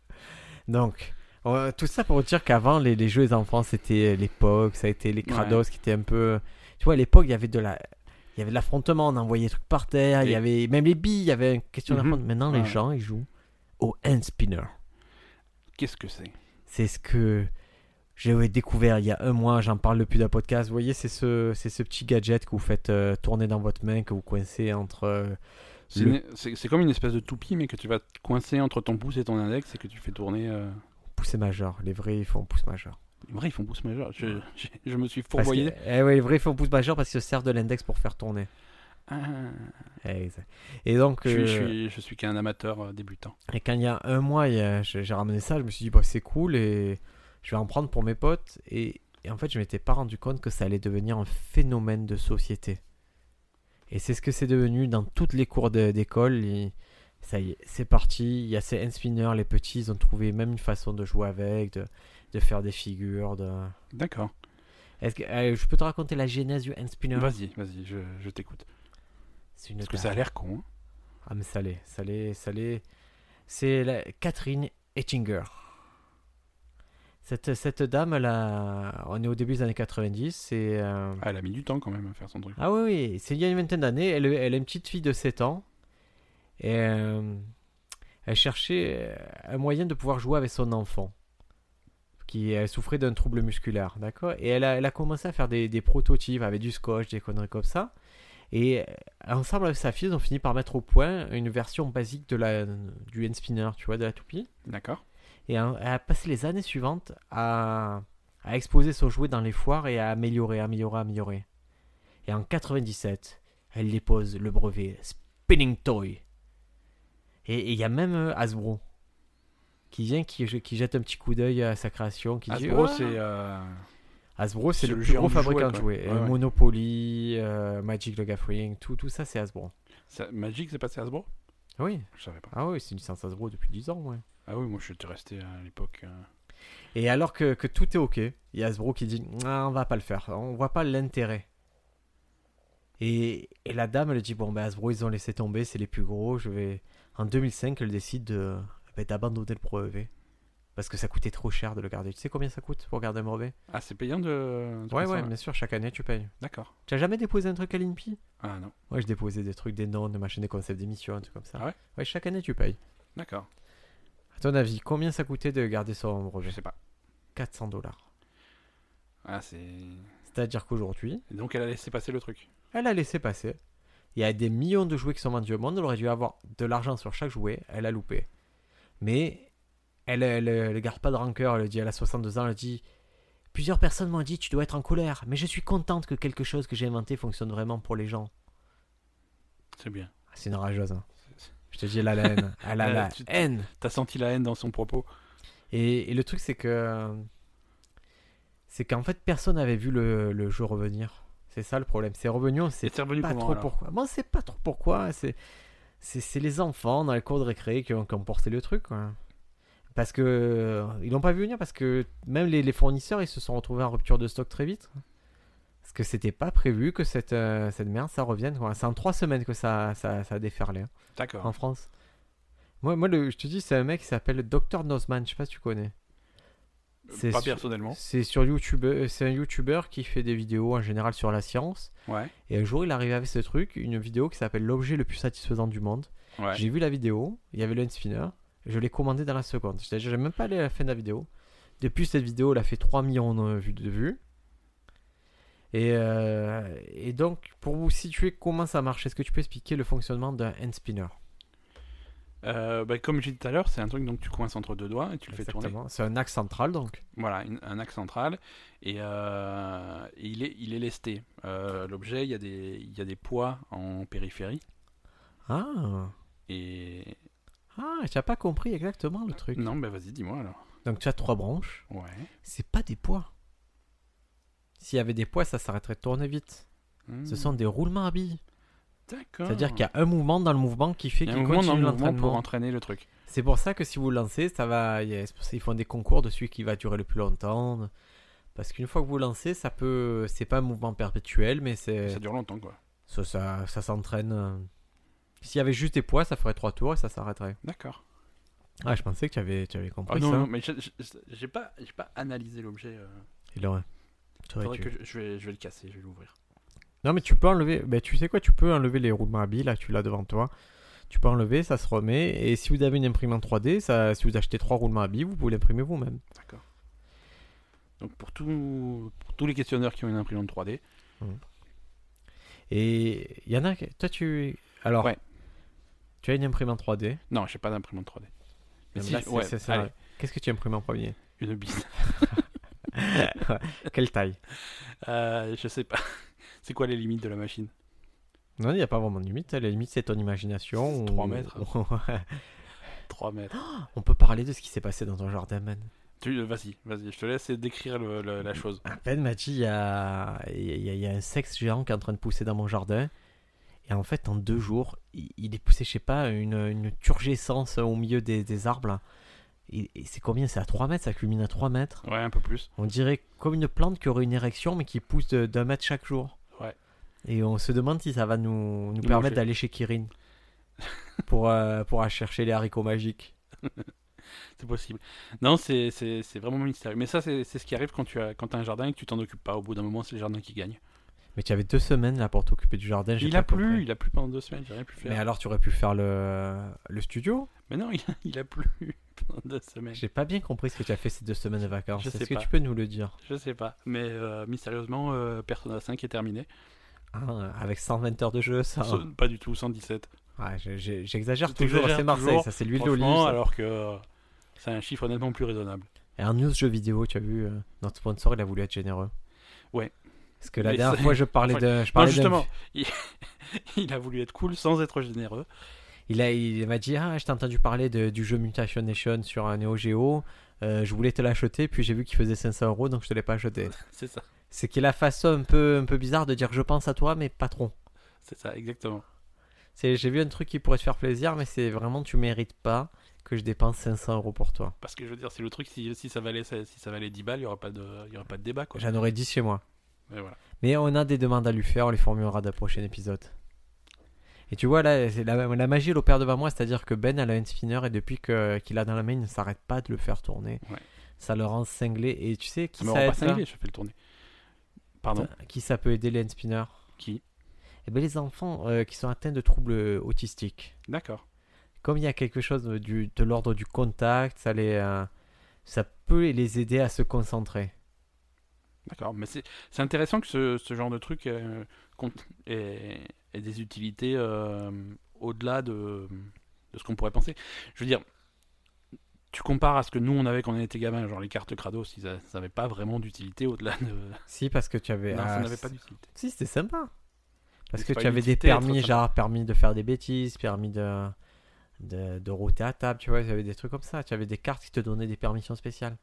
Speaker 1: Donc, euh, tout ça pour dire qu'avant, les, les jeux des enfants, c'était euh, l'époque, ça a été les Kratos qui étaient un peu. Tu vois, à l'époque, il y avait de la. Il y avait de l'affrontement, on envoyait des trucs par terre, il y
Speaker 2: Et-
Speaker 1: avait même les billes, il y avait une question
Speaker 2: Mhm.
Speaker 1: d'affrontement. Maintenant, les
Speaker 2: Ouais.
Speaker 1: gens, ils jouent au hand spinner.
Speaker 2: Qu'est-ce que c'est
Speaker 1: C'est ce que j'avais découvert il y a un mois, j'en parle depuis d'un podcast. Vous voyez, c'est ce, c'est ce petit gadget que vous faites euh, tourner dans votre main, que vous coincez entre. euh,
Speaker 2: C'est
Speaker 1: Le-
Speaker 2: une- C'est c'est comme une espèce de toupie, mais que tu vas te coincer entre ton pouce et ton index et que tu fais tourner. euh,
Speaker 1: pouce et majeur. Les vrais, ils font pouce majeur.
Speaker 2: Les vrais, ils font pouce majeur. Je, je- je me suis
Speaker 1: Parce que-
Speaker 2: fourvoyé.
Speaker 1: eh ouais, les vrais, ils font pouce majeur parce qu'ils se servent de l'index pour faire tourner.
Speaker 2: Ah,
Speaker 1: Exact. Et donc,
Speaker 2: je, suis,
Speaker 1: euh,
Speaker 2: je, suis, je suis qu'un amateur euh, débutant.
Speaker 1: et quand il y a un mois, il y a- j'ai j'ai ramené ça, je me suis dit, bah, c'est cool et je vais en prendre pour mes potes. Et, et en fait, je m'étais pas rendu compte que ça allait devenir un phénomène de société. Et c'est ce que c'est devenu dans toutes les cours de- d'école. et Ça y est, c'est parti. Il y a ces hand spinners, les petits, ils ont trouvé même une façon de jouer avec, de, de faire des figures. De...
Speaker 2: D'accord.
Speaker 1: Est-ce que euh, je peux te raconter la genèse du hand spinner
Speaker 2: Vas-y, vas-y, je, je t'écoute.
Speaker 1: C'est une
Speaker 2: Parce que
Speaker 1: tare.
Speaker 2: ça a l'air con. hein.
Speaker 1: Ah mais ça l'est, ça l'est, ça l'est. C'est la... Catherine Ettinger. Cette, cette dame, là, on est au début des années 90, c'est... euh,
Speaker 2: Ah, elle a mis du temps quand même à faire son truc.
Speaker 1: Ah oui, oui, c'est il y a une vingtaine d'années, elle, elle est une petite fille de 7 ans, et euh, elle cherchait euh, un moyen de pouvoir jouer avec son enfant, qui euh, souffrait d'un trouble musculaire, d'accord Et elle a, elle a commencé à faire des, des prototypes avec du scotch, des conneries comme ça, et euh, ensemble avec sa fille, ils ont fini par mettre au point une version basique de la, du hand spinner, tu vois, de la toupie,
Speaker 2: D'accord
Speaker 1: et euh, elle a passé les années suivantes à, à exposer son jouet dans les foires et à améliorer, améliorer, améliorer. Et en 97, elle dépose le brevet Spinning Toy. Et et il y a même euh, Hasbro qui vient, qui, qui jette un petit coup d'œil à sa création, qui dit
Speaker 2: Hasbro,
Speaker 1: Oh,
Speaker 2: c'est. euh,
Speaker 1: Hasbro, c'est
Speaker 2: C'est
Speaker 1: le,
Speaker 2: le
Speaker 1: plus
Speaker 2: géant
Speaker 1: gros
Speaker 2: du
Speaker 1: fabricant
Speaker 2: jouet,
Speaker 1: de
Speaker 2: quoi.
Speaker 1: jouets.
Speaker 2: Ouais,
Speaker 1: Euh,
Speaker 2: ouais.
Speaker 1: Monopoly, euh, Magic the Gathering, tout, tout ça c'est Hasbro.
Speaker 2: ça- Magic, c'est passé à Hasbro
Speaker 1: Oui,
Speaker 2: Je savais pas.
Speaker 1: ah oui, c'est une licence Hasbro depuis 10 ans, ouais.
Speaker 2: Ah oui, moi je suis resté à l'époque. euh,
Speaker 1: Et alors que, que tout est ok, il y a Hasbro qui dit Ah, on va pas le faire, on voit pas l'intérêt. Et, et la dame elle dit bon ben Hasbro ils ont laissé tomber, c'est les plus gros, je vais. En 2005 elle décide de- ben, d'abandonner le brevet parce que ça coûtait trop cher de le garder. Tu sais combien ça coûte pour garder un brevet
Speaker 2: Ah, c'est payant de. de
Speaker 1: Ouais
Speaker 2: faire ça,
Speaker 1: ouais bien sûr chaque année tu payes.
Speaker 2: D'accord.
Speaker 1: Tu as jamais déposé un truc à l'INPI
Speaker 2: Ah non.
Speaker 1: Ouais je déposais des trucs des noms, des machines, des concepts d'émissions, un truc comme ça.
Speaker 2: Ah ouais
Speaker 1: ouais chaque année tu payes.
Speaker 2: D'accord.
Speaker 1: À ton avis combien ça coûtait de garder son
Speaker 2: Je
Speaker 1: brevet
Speaker 2: sais pas.
Speaker 1: 400 dollars.
Speaker 2: Ah, c'est.
Speaker 1: C'est-à-dire qu'aujourd'hui
Speaker 2: Et Donc elle a laissé passer le truc.
Speaker 1: Elle a laissé passer. Il y a des millions de jouets qui sont vendus au monde. Elle aurait dû avoir de l'argent sur chaque jouet. Elle a loupé. Mais elle elle, elle garde pas de rancœur. Elle le dit, elle a 62 ans. Elle dit Plusieurs personnes m'ont dit Tu dois être en colère. Mais je suis contente que quelque chose que j'ai inventé fonctionne vraiment pour les gens.
Speaker 2: C'est bien.
Speaker 1: Ah, C'est une rageuse. hein.
Speaker 2: C'est- c'est-
Speaker 1: Je te dis, elle a la haine. Elle a
Speaker 2: Euh,
Speaker 1: la
Speaker 2: tu-
Speaker 1: haine.
Speaker 2: T'as senti la haine dans son propos
Speaker 1: Et, et le truc, c'est que. C'est qu'en fait, personne n'avait vu le, le jeu revenir. C'est ça le problème. C'est revenu, on s'est
Speaker 2: Et t'es revenu
Speaker 1: pas
Speaker 2: comment
Speaker 1: trop
Speaker 2: alors
Speaker 1: pourquoi. Moi, c'est pas trop pourquoi. hein, C'est, c'est, c'est les enfants dans les cours de récré qui ont, qui ont porté le truc. quoi. Parce que euh, ils l'ont pas vu venir parce que même les, les fournisseurs ils se sont retrouvés en rupture de stock très vite. Parce que c'était pas prévu que cette, euh, cette merde ça revienne. quoi. C'est en trois semaines que ça, ça, ça a déferlé hein,
Speaker 2: D'accord.
Speaker 1: en France. Moi, moi le- je te dis, c'est un mec qui s'appelle Dr. Nosman. Je sais pas si tu connais.
Speaker 2: Euh,
Speaker 1: c'est
Speaker 2: Pas
Speaker 1: sûr.
Speaker 2: personnellement.
Speaker 1: C'est sur YouTube, euh, c'est un YouTuber qui fait des vidéos en général sur la science.
Speaker 2: Ouais.
Speaker 1: Et un jour, il arrive avec ce truc, une vidéo qui s'appelle L'objet le plus satisfaisant du monde.
Speaker 2: Ouais.
Speaker 1: J'ai vu la vidéo, il y avait le hand spinner, je l'ai commandé dans la seconde. C'est-à-dire, j'ai même pas allé à la fin de la vidéo. Depuis, cette vidéo, elle a fait 3 millions de vues. de vues. Et, euh, et donc, pour vous situer comment ça marche, est-ce que tu peux expliquer le fonctionnement d'un hand spinner
Speaker 2: Euh, bah, comme j'ai dit tout à l'heure, c'est un truc donc tu coinces entre deux doigts et tu le fais tourner.
Speaker 1: Exactement. C'est un axe central, donc.
Speaker 2: Voilà, une- un axe central. Et euh, il, est, il est lesté. Euh, L'objet, il, y a des- il y a des poids en périphérie.
Speaker 1: Ah
Speaker 2: Et,
Speaker 1: Ah, tu n'as pas compris exactement le truc.
Speaker 2: Non, bah vas-y, dis-moi alors.
Speaker 1: Donc tu as trois branches,
Speaker 2: Ouais.
Speaker 1: c'est pas des poids. S'il y avait des poids, ça s'arrêterait de tourner vite. Ce
Speaker 2: Hmm,
Speaker 1: sont des roulements à billes.
Speaker 2: D'accord.
Speaker 1: C'est-à-dire qu'il y a un mouvement dans le mouvement qui fait
Speaker 2: Ah. Il y a un
Speaker 1: qu'il
Speaker 2: mouvement dans
Speaker 1: continue
Speaker 2: le mouvement pour
Speaker 1: l'entraînement.
Speaker 2: entraîner le truc.
Speaker 1: C'est pour ça que si vous le lancez, ça va. il y a- c'est pour ça qu'ils font des concours de celui qui va durer le plus longtemps. Parce qu'une fois que vous lancez, ça peut. C'est pas un mouvement perpétuel, mais c'est.
Speaker 2: Ça dure longtemps, quoi.
Speaker 1: Ça, ça, ça s'entraîne. euh. S'il y avait juste des poids, ça ferait trois tours et ça s'arrêterait.
Speaker 2: D'accord.
Speaker 1: Ah, je pensais que tu avais, tu avais
Speaker 2: Ah
Speaker 1: compris
Speaker 2: non,
Speaker 1: ça.
Speaker 2: non, mais je- je- j'ai pas, j'ai pas analysé l'objet. euh.
Speaker 1: Il aurait. tu aurais
Speaker 2: Faudrait
Speaker 1: dû.
Speaker 2: que je, je vais, je vais le casser, je vais l'ouvrir.
Speaker 1: Non, mais tu peux enlever. Ben, tu sais quoi, tu peux enlever les roulements à billes, là, tu l'as devant toi. Tu peux enlever, ça se remet. Et si vous avez une imprimante 3D, ça, si vous achetez trois roulements à billes, vous pouvez l'imprimer vous-même.
Speaker 2: D'accord. Donc pour, tout, pour tous les questionneurs qui ont une imprimante 3D,
Speaker 1: Et il y en a. qui- Toi, tu. Alors.
Speaker 2: Ouais.
Speaker 1: Tu as une imprimante 3D.
Speaker 2: non, j'ai pas d'imprimante 3D. Mais
Speaker 1: Là,
Speaker 2: si,
Speaker 1: c'est-
Speaker 2: ouais,
Speaker 1: c'est ça.
Speaker 2: allez,
Speaker 1: Qu'est-ce que tu imprimes en premier
Speaker 2: une bise.
Speaker 1: Quelle taille
Speaker 2: Euh, je sais pas. C'est quoi les limites de la machine
Speaker 1: Non, il n'y a pas vraiment de limite. La limite, c'est ton imagination.
Speaker 2: Trois
Speaker 1: On-
Speaker 2: mètres. 3 mètres.
Speaker 1: On peut parler de ce qui s'est passé dans ton jardin, man.
Speaker 2: Tu, euh, vas-y, vas-y, je te laisse décrire le- le- la chose.
Speaker 1: À peine m'a dit, Ben, il y a, il y a- il y a- il y a un sexe géant qui est en train de pousser dans mon jardin. Et en fait, en deux jours, il, il est poussé, je sais pas, une, une turgescence au milieu des, des arbres. là. Et, et c'est combien C'est à 3 mètres, ça culmine à 3 mètres.
Speaker 2: Ouais, un peu plus.
Speaker 1: On dirait comme une plante qui aurait une érection, mais qui pousse de- d'un mètre chaque jour.
Speaker 2: Ouais.
Speaker 1: Et on se demande si ça va nous, nous
Speaker 2: manger.
Speaker 1: permettre d'aller chez Kirin pour, euh, pour aller chercher les haricots magiques.
Speaker 2: C'est possible. Non, c'est c'est- c'est vraiment mystérieux. Mais ça, c'est c'est ce qui arrive quand tu as, quand as un jardin et que tu t'en occupes pas. Au bout d'un moment, c'est le jardin qui gagne.
Speaker 1: Mais tu avais deux semaines là pour t'occuper du jardin. j'ai
Speaker 2: Il
Speaker 1: pas
Speaker 2: a plu,
Speaker 1: compris.
Speaker 2: il a plu pendant deux semaines, j'ai rien pu faire.
Speaker 1: Mais alors, tu aurais pu faire le, le studio
Speaker 2: Mais non, il a, il a plu pendant deux semaines.
Speaker 1: J'ai pas bien compris ce que tu as fait ces deux semaines de vacances.
Speaker 2: Je sais
Speaker 1: Est-ce que
Speaker 2: pas.
Speaker 1: tu peux nous le dire
Speaker 2: Je sais pas. Mais euh, mystérieusement, euh, Persona 5 est terminé.
Speaker 1: Ah, Avec 120 heures de jeu, ça. hein
Speaker 2: Ce- Pas du tout, 117.
Speaker 1: Ouais, j'ai- j'ai- J'exagère
Speaker 2: Tu
Speaker 1: toujours,
Speaker 2: t'exagères
Speaker 1: c'est Marseille,
Speaker 2: toujours,
Speaker 1: ça c'est l'huile d'olive.
Speaker 2: Franchement,
Speaker 1: ça.
Speaker 2: alors que euh, c'est un chiffre nettement plus raisonnable.
Speaker 1: Et un news jeu vidéo, tu as vu, euh, notre sponsor il a voulu être généreux.
Speaker 2: Ouais.
Speaker 1: Parce que la
Speaker 2: Mais
Speaker 1: dernière
Speaker 2: c'est-
Speaker 1: fois je parlais
Speaker 2: Ouais.
Speaker 1: de. Je
Speaker 2: Non,
Speaker 1: parlais d'un-
Speaker 2: justement, il... il a voulu être cool sans être généreux.
Speaker 1: Il, a- il m'a dit Ah, je t'ai entendu parler de- du jeu Mutation Nation sur un Neo Geo. euh, je voulais te l'acheter, puis j'ai vu qu'il faisait 500 euros donc je te l'ai pas acheté.
Speaker 2: C'est ça,
Speaker 1: C'est qu'il a façon un peu, un peu bizarre de dire je pense à toi, mais pas trop.
Speaker 2: c'est ça, exactement.
Speaker 1: C'est- J'ai vu un truc qui pourrait te faire plaisir, mais c'est vraiment tu mérites pas que je dépense 500 euros pour toi.
Speaker 2: Parce que je veux dire, c'est le truc, si, si ça valait, si ça valait 10 balles, il n'y aura, pas de... il y aura pas de débat. Quoi.
Speaker 1: J'en aurais 10 chez moi.
Speaker 2: Mais voilà.
Speaker 1: Mais on a des demandes à lui faire, on les formulera d'un prochain épisode. Et tu vois, là, c'est la, la magie elle opère devant moi, c'est-à-dire que Ben, elle a un spinner et depuis que- qu'il a dans la main, il ne s'arrête pas de le faire tourner.
Speaker 2: Ouais.
Speaker 1: Ça le rend cinglé. Et tu sais
Speaker 2: Ça
Speaker 1: qui
Speaker 2: me
Speaker 1: ça,
Speaker 2: rend pas
Speaker 1: aide, ça
Speaker 2: cinglé, je fais le tourner. Pardon,
Speaker 1: Qui ça peut aider les hand spinners
Speaker 2: qui
Speaker 1: Eh ben, les enfants euh, qui sont atteints de troubles euh, autistiques.
Speaker 2: D'accord.
Speaker 1: comme il y a quelque chose de, du- de l'ordre du contact, ça, les, euh, ça peut les aider à se concentrer.
Speaker 2: D'accord, mais c'est c'est intéressant que ce, ce genre de truc euh, compte- ait, ait des utilités euh, au-delà de, de ce qu'on pourrait penser. Je veux dire, tu compares à ce que nous on avait quand on était gamin, genre les cartes Kratos, ils a- ça n'avait pas vraiment d'utilité au-delà de.
Speaker 1: Si, parce que tu avais.
Speaker 2: non, ça
Speaker 1: ah,
Speaker 2: n'avait pas d'utilité.
Speaker 1: Si, c'était sympa. Parce
Speaker 2: c'est
Speaker 1: que
Speaker 2: pas
Speaker 1: tu
Speaker 2: une
Speaker 1: avais des
Speaker 2: utilité, être
Speaker 1: permis,
Speaker 2: sympa.
Speaker 1: genre permis de faire des bêtises, permis de, de, de rôter à table, tu vois, tu avais des trucs comme ça. Tu avais des cartes qui te donnaient des permissions spéciales.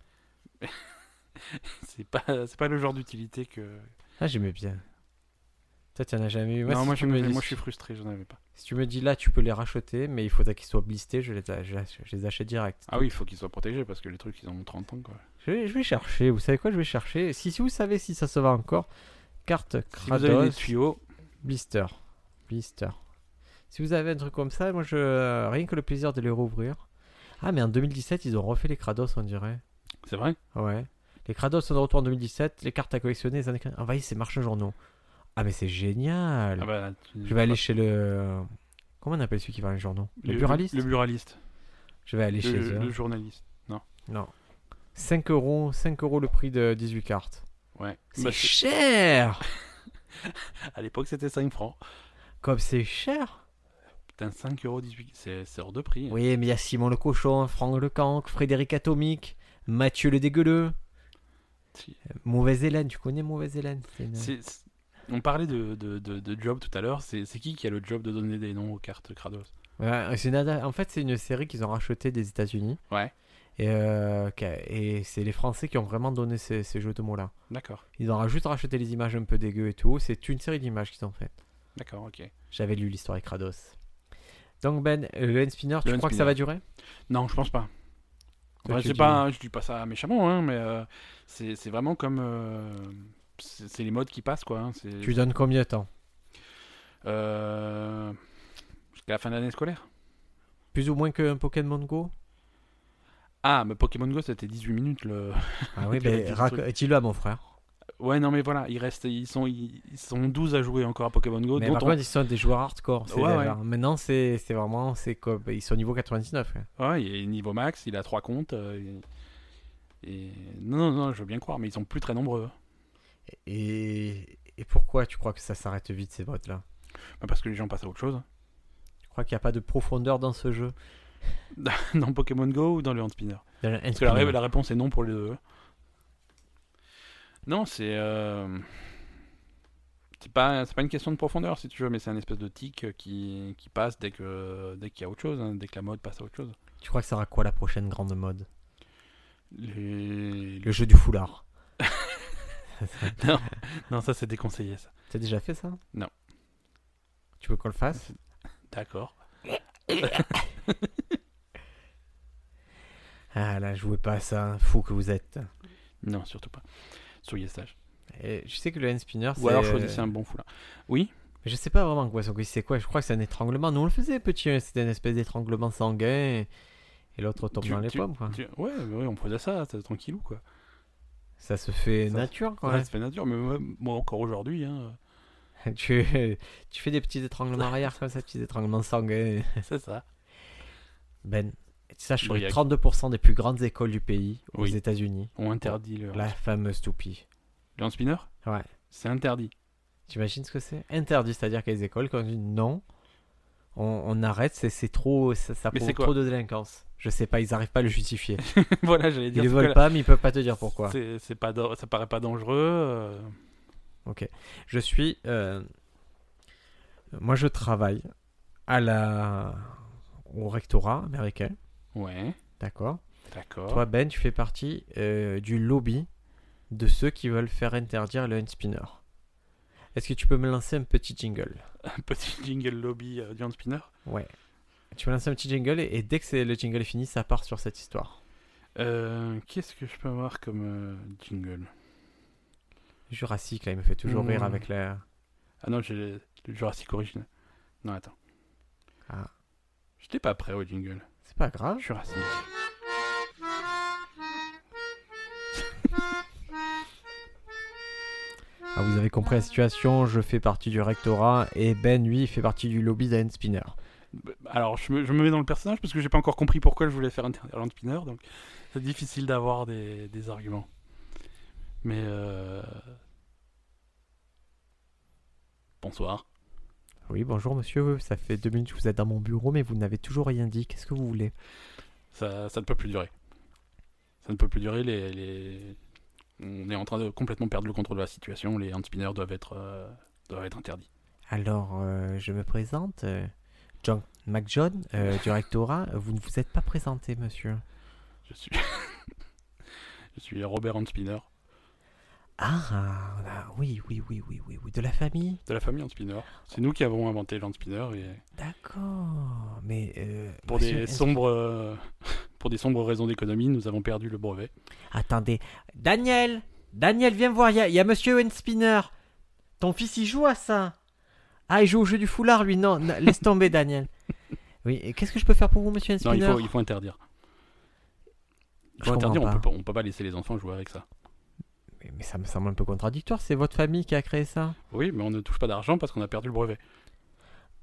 Speaker 2: C'est pas, c'est pas le genre d'utilité que.
Speaker 1: Ah, j'aimais bien. Toi, tu n'en as jamais eu.
Speaker 2: non,
Speaker 1: si
Speaker 2: moi,
Speaker 1: tu
Speaker 2: je,
Speaker 1: me
Speaker 2: me-
Speaker 1: dis-
Speaker 2: moi je suis frustré, je n'en avais pas.
Speaker 1: Si tu me dis là, tu peux les racheter, mais il faudrait qu'ils soient blistés, je les, je les- je les achète direct.
Speaker 2: Ah oui, il faut qu'ils soient protégés parce que les trucs, ils ont 30 ans quoi.
Speaker 1: Je vais, je vais chercher, vous savez quoi, je vais chercher. Si, si vous savez si ça se va encore, carte
Speaker 2: Si vous avez
Speaker 1: Kratos,
Speaker 2: des tuyaux,
Speaker 1: blister. Blister. Si vous avez un truc comme ça, moi je. euh, Rien que le plaisir de les rouvrir. Ah, mais en 2017, ils ont refait les Kratos, on dirait.
Speaker 2: c'est vrai
Speaker 1: Ouais. Les Kratos sont de retour en 2017, les cartes à collectionner, les années. Envahis ces marchands journaux. Ah, mais c'est génial!
Speaker 2: Ah bah, tu-
Speaker 1: je vais aller chez le. Comment on appelle celui qui vend les journaux? Le, buraliste?
Speaker 2: Le buraliste.
Speaker 1: Je vais aller
Speaker 2: Le,
Speaker 1: chez eux.
Speaker 2: le journaliste.
Speaker 1: Non. 5 euros, 5 euros le prix de 18 cartes.
Speaker 2: Ouais.
Speaker 1: C'est
Speaker 2: Bah, c'est-
Speaker 1: cher!
Speaker 2: à l'époque, c'était 5 francs.
Speaker 1: Comme c'est cher.
Speaker 2: Putain, 5,18€, c'est c'est hors de prix. hein.
Speaker 1: Oui, mais il y a Simon le cochon, Franck le canc, Frédéric Atomique, Mathieu le dégueuleux.
Speaker 2: Si.
Speaker 1: Mauvaise Hélène, tu connais Mauvaise Hélène c'est une-
Speaker 2: C'est- c'est- On parlait de, de, de- de job tout à l'heure. C'est c'est qui qui a le job de donner des noms aux cartes Kratos
Speaker 1: Ouais, c'est une ada- En fait, c'est une série qu'ils ont rachetée des États-Unis.
Speaker 2: Ouais.
Speaker 1: Et, euh, qu'a- et c'est les Français qui ont vraiment donné ces, ces jeux de mots-là.
Speaker 2: D'accord,
Speaker 1: Ils ont juste racheté les images un peu dégueu et tout. C'est une série d'images qu'ils ont fait.
Speaker 2: d'accord, ok.
Speaker 1: J'avais lu l'histoire avec Kratos. Donc, Ben, euh, le Hand Spinner, tu
Speaker 2: Le hand
Speaker 1: crois que ça
Speaker 2: spinner.
Speaker 1: va durer
Speaker 2: Non, je pense pas.
Speaker 1: Toi,
Speaker 2: Ouais,
Speaker 1: tu
Speaker 2: c'est
Speaker 1: dis-
Speaker 2: pas, je dis pas ça méchamment, hein, mais euh, c'est c'est vraiment comme. euh, c'est c'est les modes qui passent, quoi. hein, c'est-
Speaker 1: Tu donnes combien de temps
Speaker 2: Euh, Jusqu'à la fin de l'année scolaire.
Speaker 1: Plus ou moins qu'un Pokémon Go
Speaker 2: Ah, mais Pokémon Go, c'était 18 minutes. Le...
Speaker 1: Ah oui,
Speaker 2: Tu vas
Speaker 1: ben,
Speaker 2: dire
Speaker 1: rac-
Speaker 2: le
Speaker 1: dis-le à mon frère.
Speaker 2: Ouais, non, mais voilà, ils, restent, ils, sont, ils, ils sont 12 à jouer encore à Pokémon Go.
Speaker 1: Mais
Speaker 2: dont
Speaker 1: par
Speaker 2: on-
Speaker 1: contre, ils sont des joueurs hardcore. ces
Speaker 2: Ouais,
Speaker 1: devs,
Speaker 2: ouais.
Speaker 1: hein. Maintenant, c'est c'est vraiment. c'est comme... Ils sont niveau hein. 99. ouais.
Speaker 2: Ouais, il est niveau max, il a 3 comptes. euh, et... et- Non, non, non, je veux bien croire, mais ils sont plus très nombreux. hein.
Speaker 1: Et... et pourquoi tu crois que ça s'arrête vite, ces bots-là
Speaker 2: Bah, Parce que les gens passent à autre chose.
Speaker 1: Tu crois qu'il n'y a pas de profondeur dans ce jeu
Speaker 2: dans Pokémon Go ou dans le Hand Spinner
Speaker 1: Dans le hand
Speaker 2: Parce que la, ré-
Speaker 1: spinner.
Speaker 2: la réponse est non pour les deux. Non, c'est. euh, C'est pas, c'est pas une question de profondeur, si tu veux, mais c'est un espèce de tic euh, qui, qui passe dès que dès qu'il y a autre chose, hein, dès que la mode passe à autre chose.
Speaker 1: Tu crois que ça sera quoi la prochaine grande mode
Speaker 2: Les-
Speaker 1: Le jeu du foulard.
Speaker 2: Non, ça c'est déconseillé, ça.
Speaker 1: T'as déjà fait ça
Speaker 2: Non.
Speaker 1: Tu veux qu'on le fasse
Speaker 2: D'accord.
Speaker 1: Ah là, jouez pas à ça, hein, fou que vous êtes.
Speaker 2: Non, surtout pas. Soyez sage.
Speaker 1: Et je sais que le hand spinner, c'est.
Speaker 2: Ou alors
Speaker 1: euh,
Speaker 2: choisissez un bon foulard. Oui,
Speaker 1: Je sais pas vraiment quoi, son quiz, c'est quoi. Je crois que c'est un étranglement. Nous on le faisait petit, hein, c'était une espèce d'étranglement sanguin. Et, et l'autre tombe
Speaker 2: Tu-
Speaker 1: dans les
Speaker 2: tu-
Speaker 1: pommes, quoi.
Speaker 2: tu- ouais, ouais, on faisait ça, ça, tranquillou quoi.
Speaker 1: Ça se fait
Speaker 2: Ça-
Speaker 1: nature, quand
Speaker 2: Ouais,
Speaker 1: même.
Speaker 2: ça fait nature, mais moi, moi, encore aujourd'hui, hein,
Speaker 1: tu, tu fais des petits étranglements arrière comme ça, petits étranglements sanguins.
Speaker 2: c'est ça.
Speaker 1: Ben, sache que
Speaker 2: Briac.
Speaker 1: 32% des plus grandes écoles du pays, aux
Speaker 2: Oui.
Speaker 1: États-Unis,
Speaker 2: On interdit le,
Speaker 1: la fameuse toupie.
Speaker 2: le hand spinner.
Speaker 1: Ouais.
Speaker 2: C'est interdit.
Speaker 1: T'imagines ce que c'est Interdit, c'est-à-dire qu'il y a des écoles qui ont dit non, on, on arrête, c'est, c'est trop, ça, ça
Speaker 2: Mais c'est
Speaker 1: provoque
Speaker 2: quoi
Speaker 1: trop de délinquance. Je sais pas, ils arrivent pas à le justifier.
Speaker 2: voilà, j'allais
Speaker 1: Ils
Speaker 2: dire.
Speaker 1: le
Speaker 2: c'est
Speaker 1: veulent
Speaker 2: que
Speaker 1: pas, mais ils peuvent pas te dire pourquoi.
Speaker 2: C'est, c'est pas, dan- ça paraît pas dangereux. euh,
Speaker 1: Je suis, euh, moi je travaille à la au rectorat américain,
Speaker 2: Ouais,
Speaker 1: d'accord.
Speaker 2: d'accord.
Speaker 1: Toi Ben, tu fais partie euh, du lobby de ceux qui veulent faire interdire le hand spinner. Est-ce que tu peux me lancer un petit jingle
Speaker 2: Un petit jingle lobby euh, du hand spinner.
Speaker 1: Ouais. Tu me lances un petit jingle et, et dès que c'est, le jingle est fini, ça part sur cette histoire.
Speaker 2: Euh, qu'est-ce que je peux avoir comme euh, jingle
Speaker 1: Jurassic, là, il me fait toujours
Speaker 2: Mm.
Speaker 1: rire avec la.
Speaker 2: Ah non, j'ai le le Jurassic original. Non, attends.
Speaker 1: Ah.
Speaker 2: J'étais pas prêt au jingle.
Speaker 1: C'est pas grave.
Speaker 2: Jurassic.
Speaker 1: Ah, vous avez compris la situation, je fais partie du rectorat et Ben, lui, il fait partie du lobby d'Alan Spinner.
Speaker 2: Bah, Alors, je me, je me mets dans le personnage parce que j'ai pas encore compris pourquoi je voulais faire un un hand spinner, donc c'est difficile d'avoir des, des arguments. Mais euh... bonsoir.
Speaker 1: Oui, bonjour monsieur, ça fait deux minutes que vous êtes dans mon bureau, mais vous n'avez toujours rien dit. Qu'est-ce que vous voulez
Speaker 2: ça, ça ne peut plus durer. Ça ne peut plus durer. Les, les- On est en train de complètement perdre le contrôle de la situation. Les hand spinners doivent être, euh, doivent être interdits.
Speaker 1: Alors, euh, je me présente, euh, John McJohn euh, du rectorat. Vous ne vous êtes pas présenté, monsieur.
Speaker 2: Je suis, je suis Robert hand spinner
Speaker 1: Ah, on a- oui, oui, oui, oui, oui, oui, de la famille
Speaker 2: de la famille hand spinner. C'est nous qui avons inventé l'hand spinner et
Speaker 1: D'accord, mais. euh,
Speaker 2: pour
Speaker 1: monsieur,
Speaker 2: des
Speaker 1: est-ce-
Speaker 2: sombres, euh, pour des sombres raisons d'économie, nous avons perdu le brevet.
Speaker 1: Attendez. Daniel Daniel, viens voir, il y, a- il y a monsieur Spinner. Ton fils, il joue à ça. Ah, il joue au jeu du foulard, lui. Non, non, laisse tomber, Daniel. Oui, et qu'est-ce que je peux faire pour vous, monsieur
Speaker 2: Non, il
Speaker 1: Spinner
Speaker 2: faut, il faut interdire.
Speaker 1: Je
Speaker 2: Il faut interdire.
Speaker 1: comprends
Speaker 2: On peut pas, on peut pas laisser les enfants jouer avec ça.
Speaker 1: mais, mais ça me semble un peu contradictoire. C'est votre famille qui a créé ça.
Speaker 2: Oui, mais on ne touche pas d'argent parce qu'on a perdu le brevet.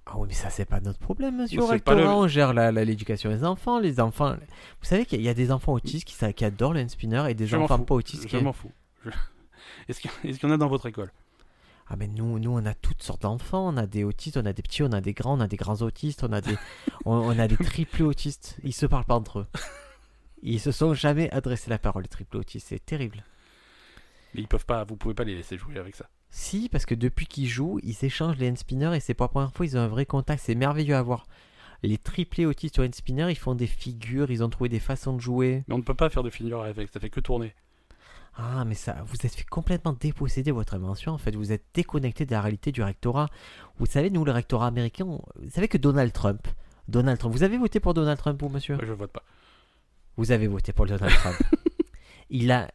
Speaker 1: Ah oui, mais ça, c'est pas notre problème, monsieur. Au
Speaker 2: C'est pas
Speaker 1: rectorat, on gère la- la- l'éducation des enfants. Les enfants. Vous savez qu'il y a- il y a des enfants autistes qui, sa- qui adorent le Spinner et des
Speaker 2: Je m'en
Speaker 1: enfants
Speaker 2: fous.
Speaker 1: pas autistes
Speaker 2: Je
Speaker 1: qui.
Speaker 2: m'en fous. Je- Est-ce qu'il y- est-ce qu'il y en a dans votre école
Speaker 1: Ah mais nous, nous on a toutes sortes d'enfants, on a des autistes, on a des petits, on a des grands, on a des grands autistes, on a des, on, on a des triplés autistes. Ils se parlent pas entre eux. Ils se sont jamais adressés la parole les triplés autistes, c'est terrible.
Speaker 2: Mais ils peuvent pas, vous pouvez pas les laisser jouer avec ça.
Speaker 1: Si, parce que depuis qu'ils jouent, ils échangent les hand spinners et c'est pour la première fois ils ont un vrai contact, c'est merveilleux à voir. les triplés autistes sur Spinner, ils font des figures, ils ont trouvé des façons de jouer.
Speaker 2: Mais on ne peut pas faire de figure avec, ça fait que tourner.
Speaker 1: Ah, mais ça, vous êtes fait complètement déposséder de votre invention, en fait. Vous êtes déconnecté de la réalité du rectorat. Vous savez, nous, le rectorat américain, on- vous savez que Donald Trump. Donald Trump. Vous avez voté pour Donald Trump, vous, monsieur
Speaker 2: Je vote pas.
Speaker 1: Vous avez voté pour Donald Trump. Il a, euh,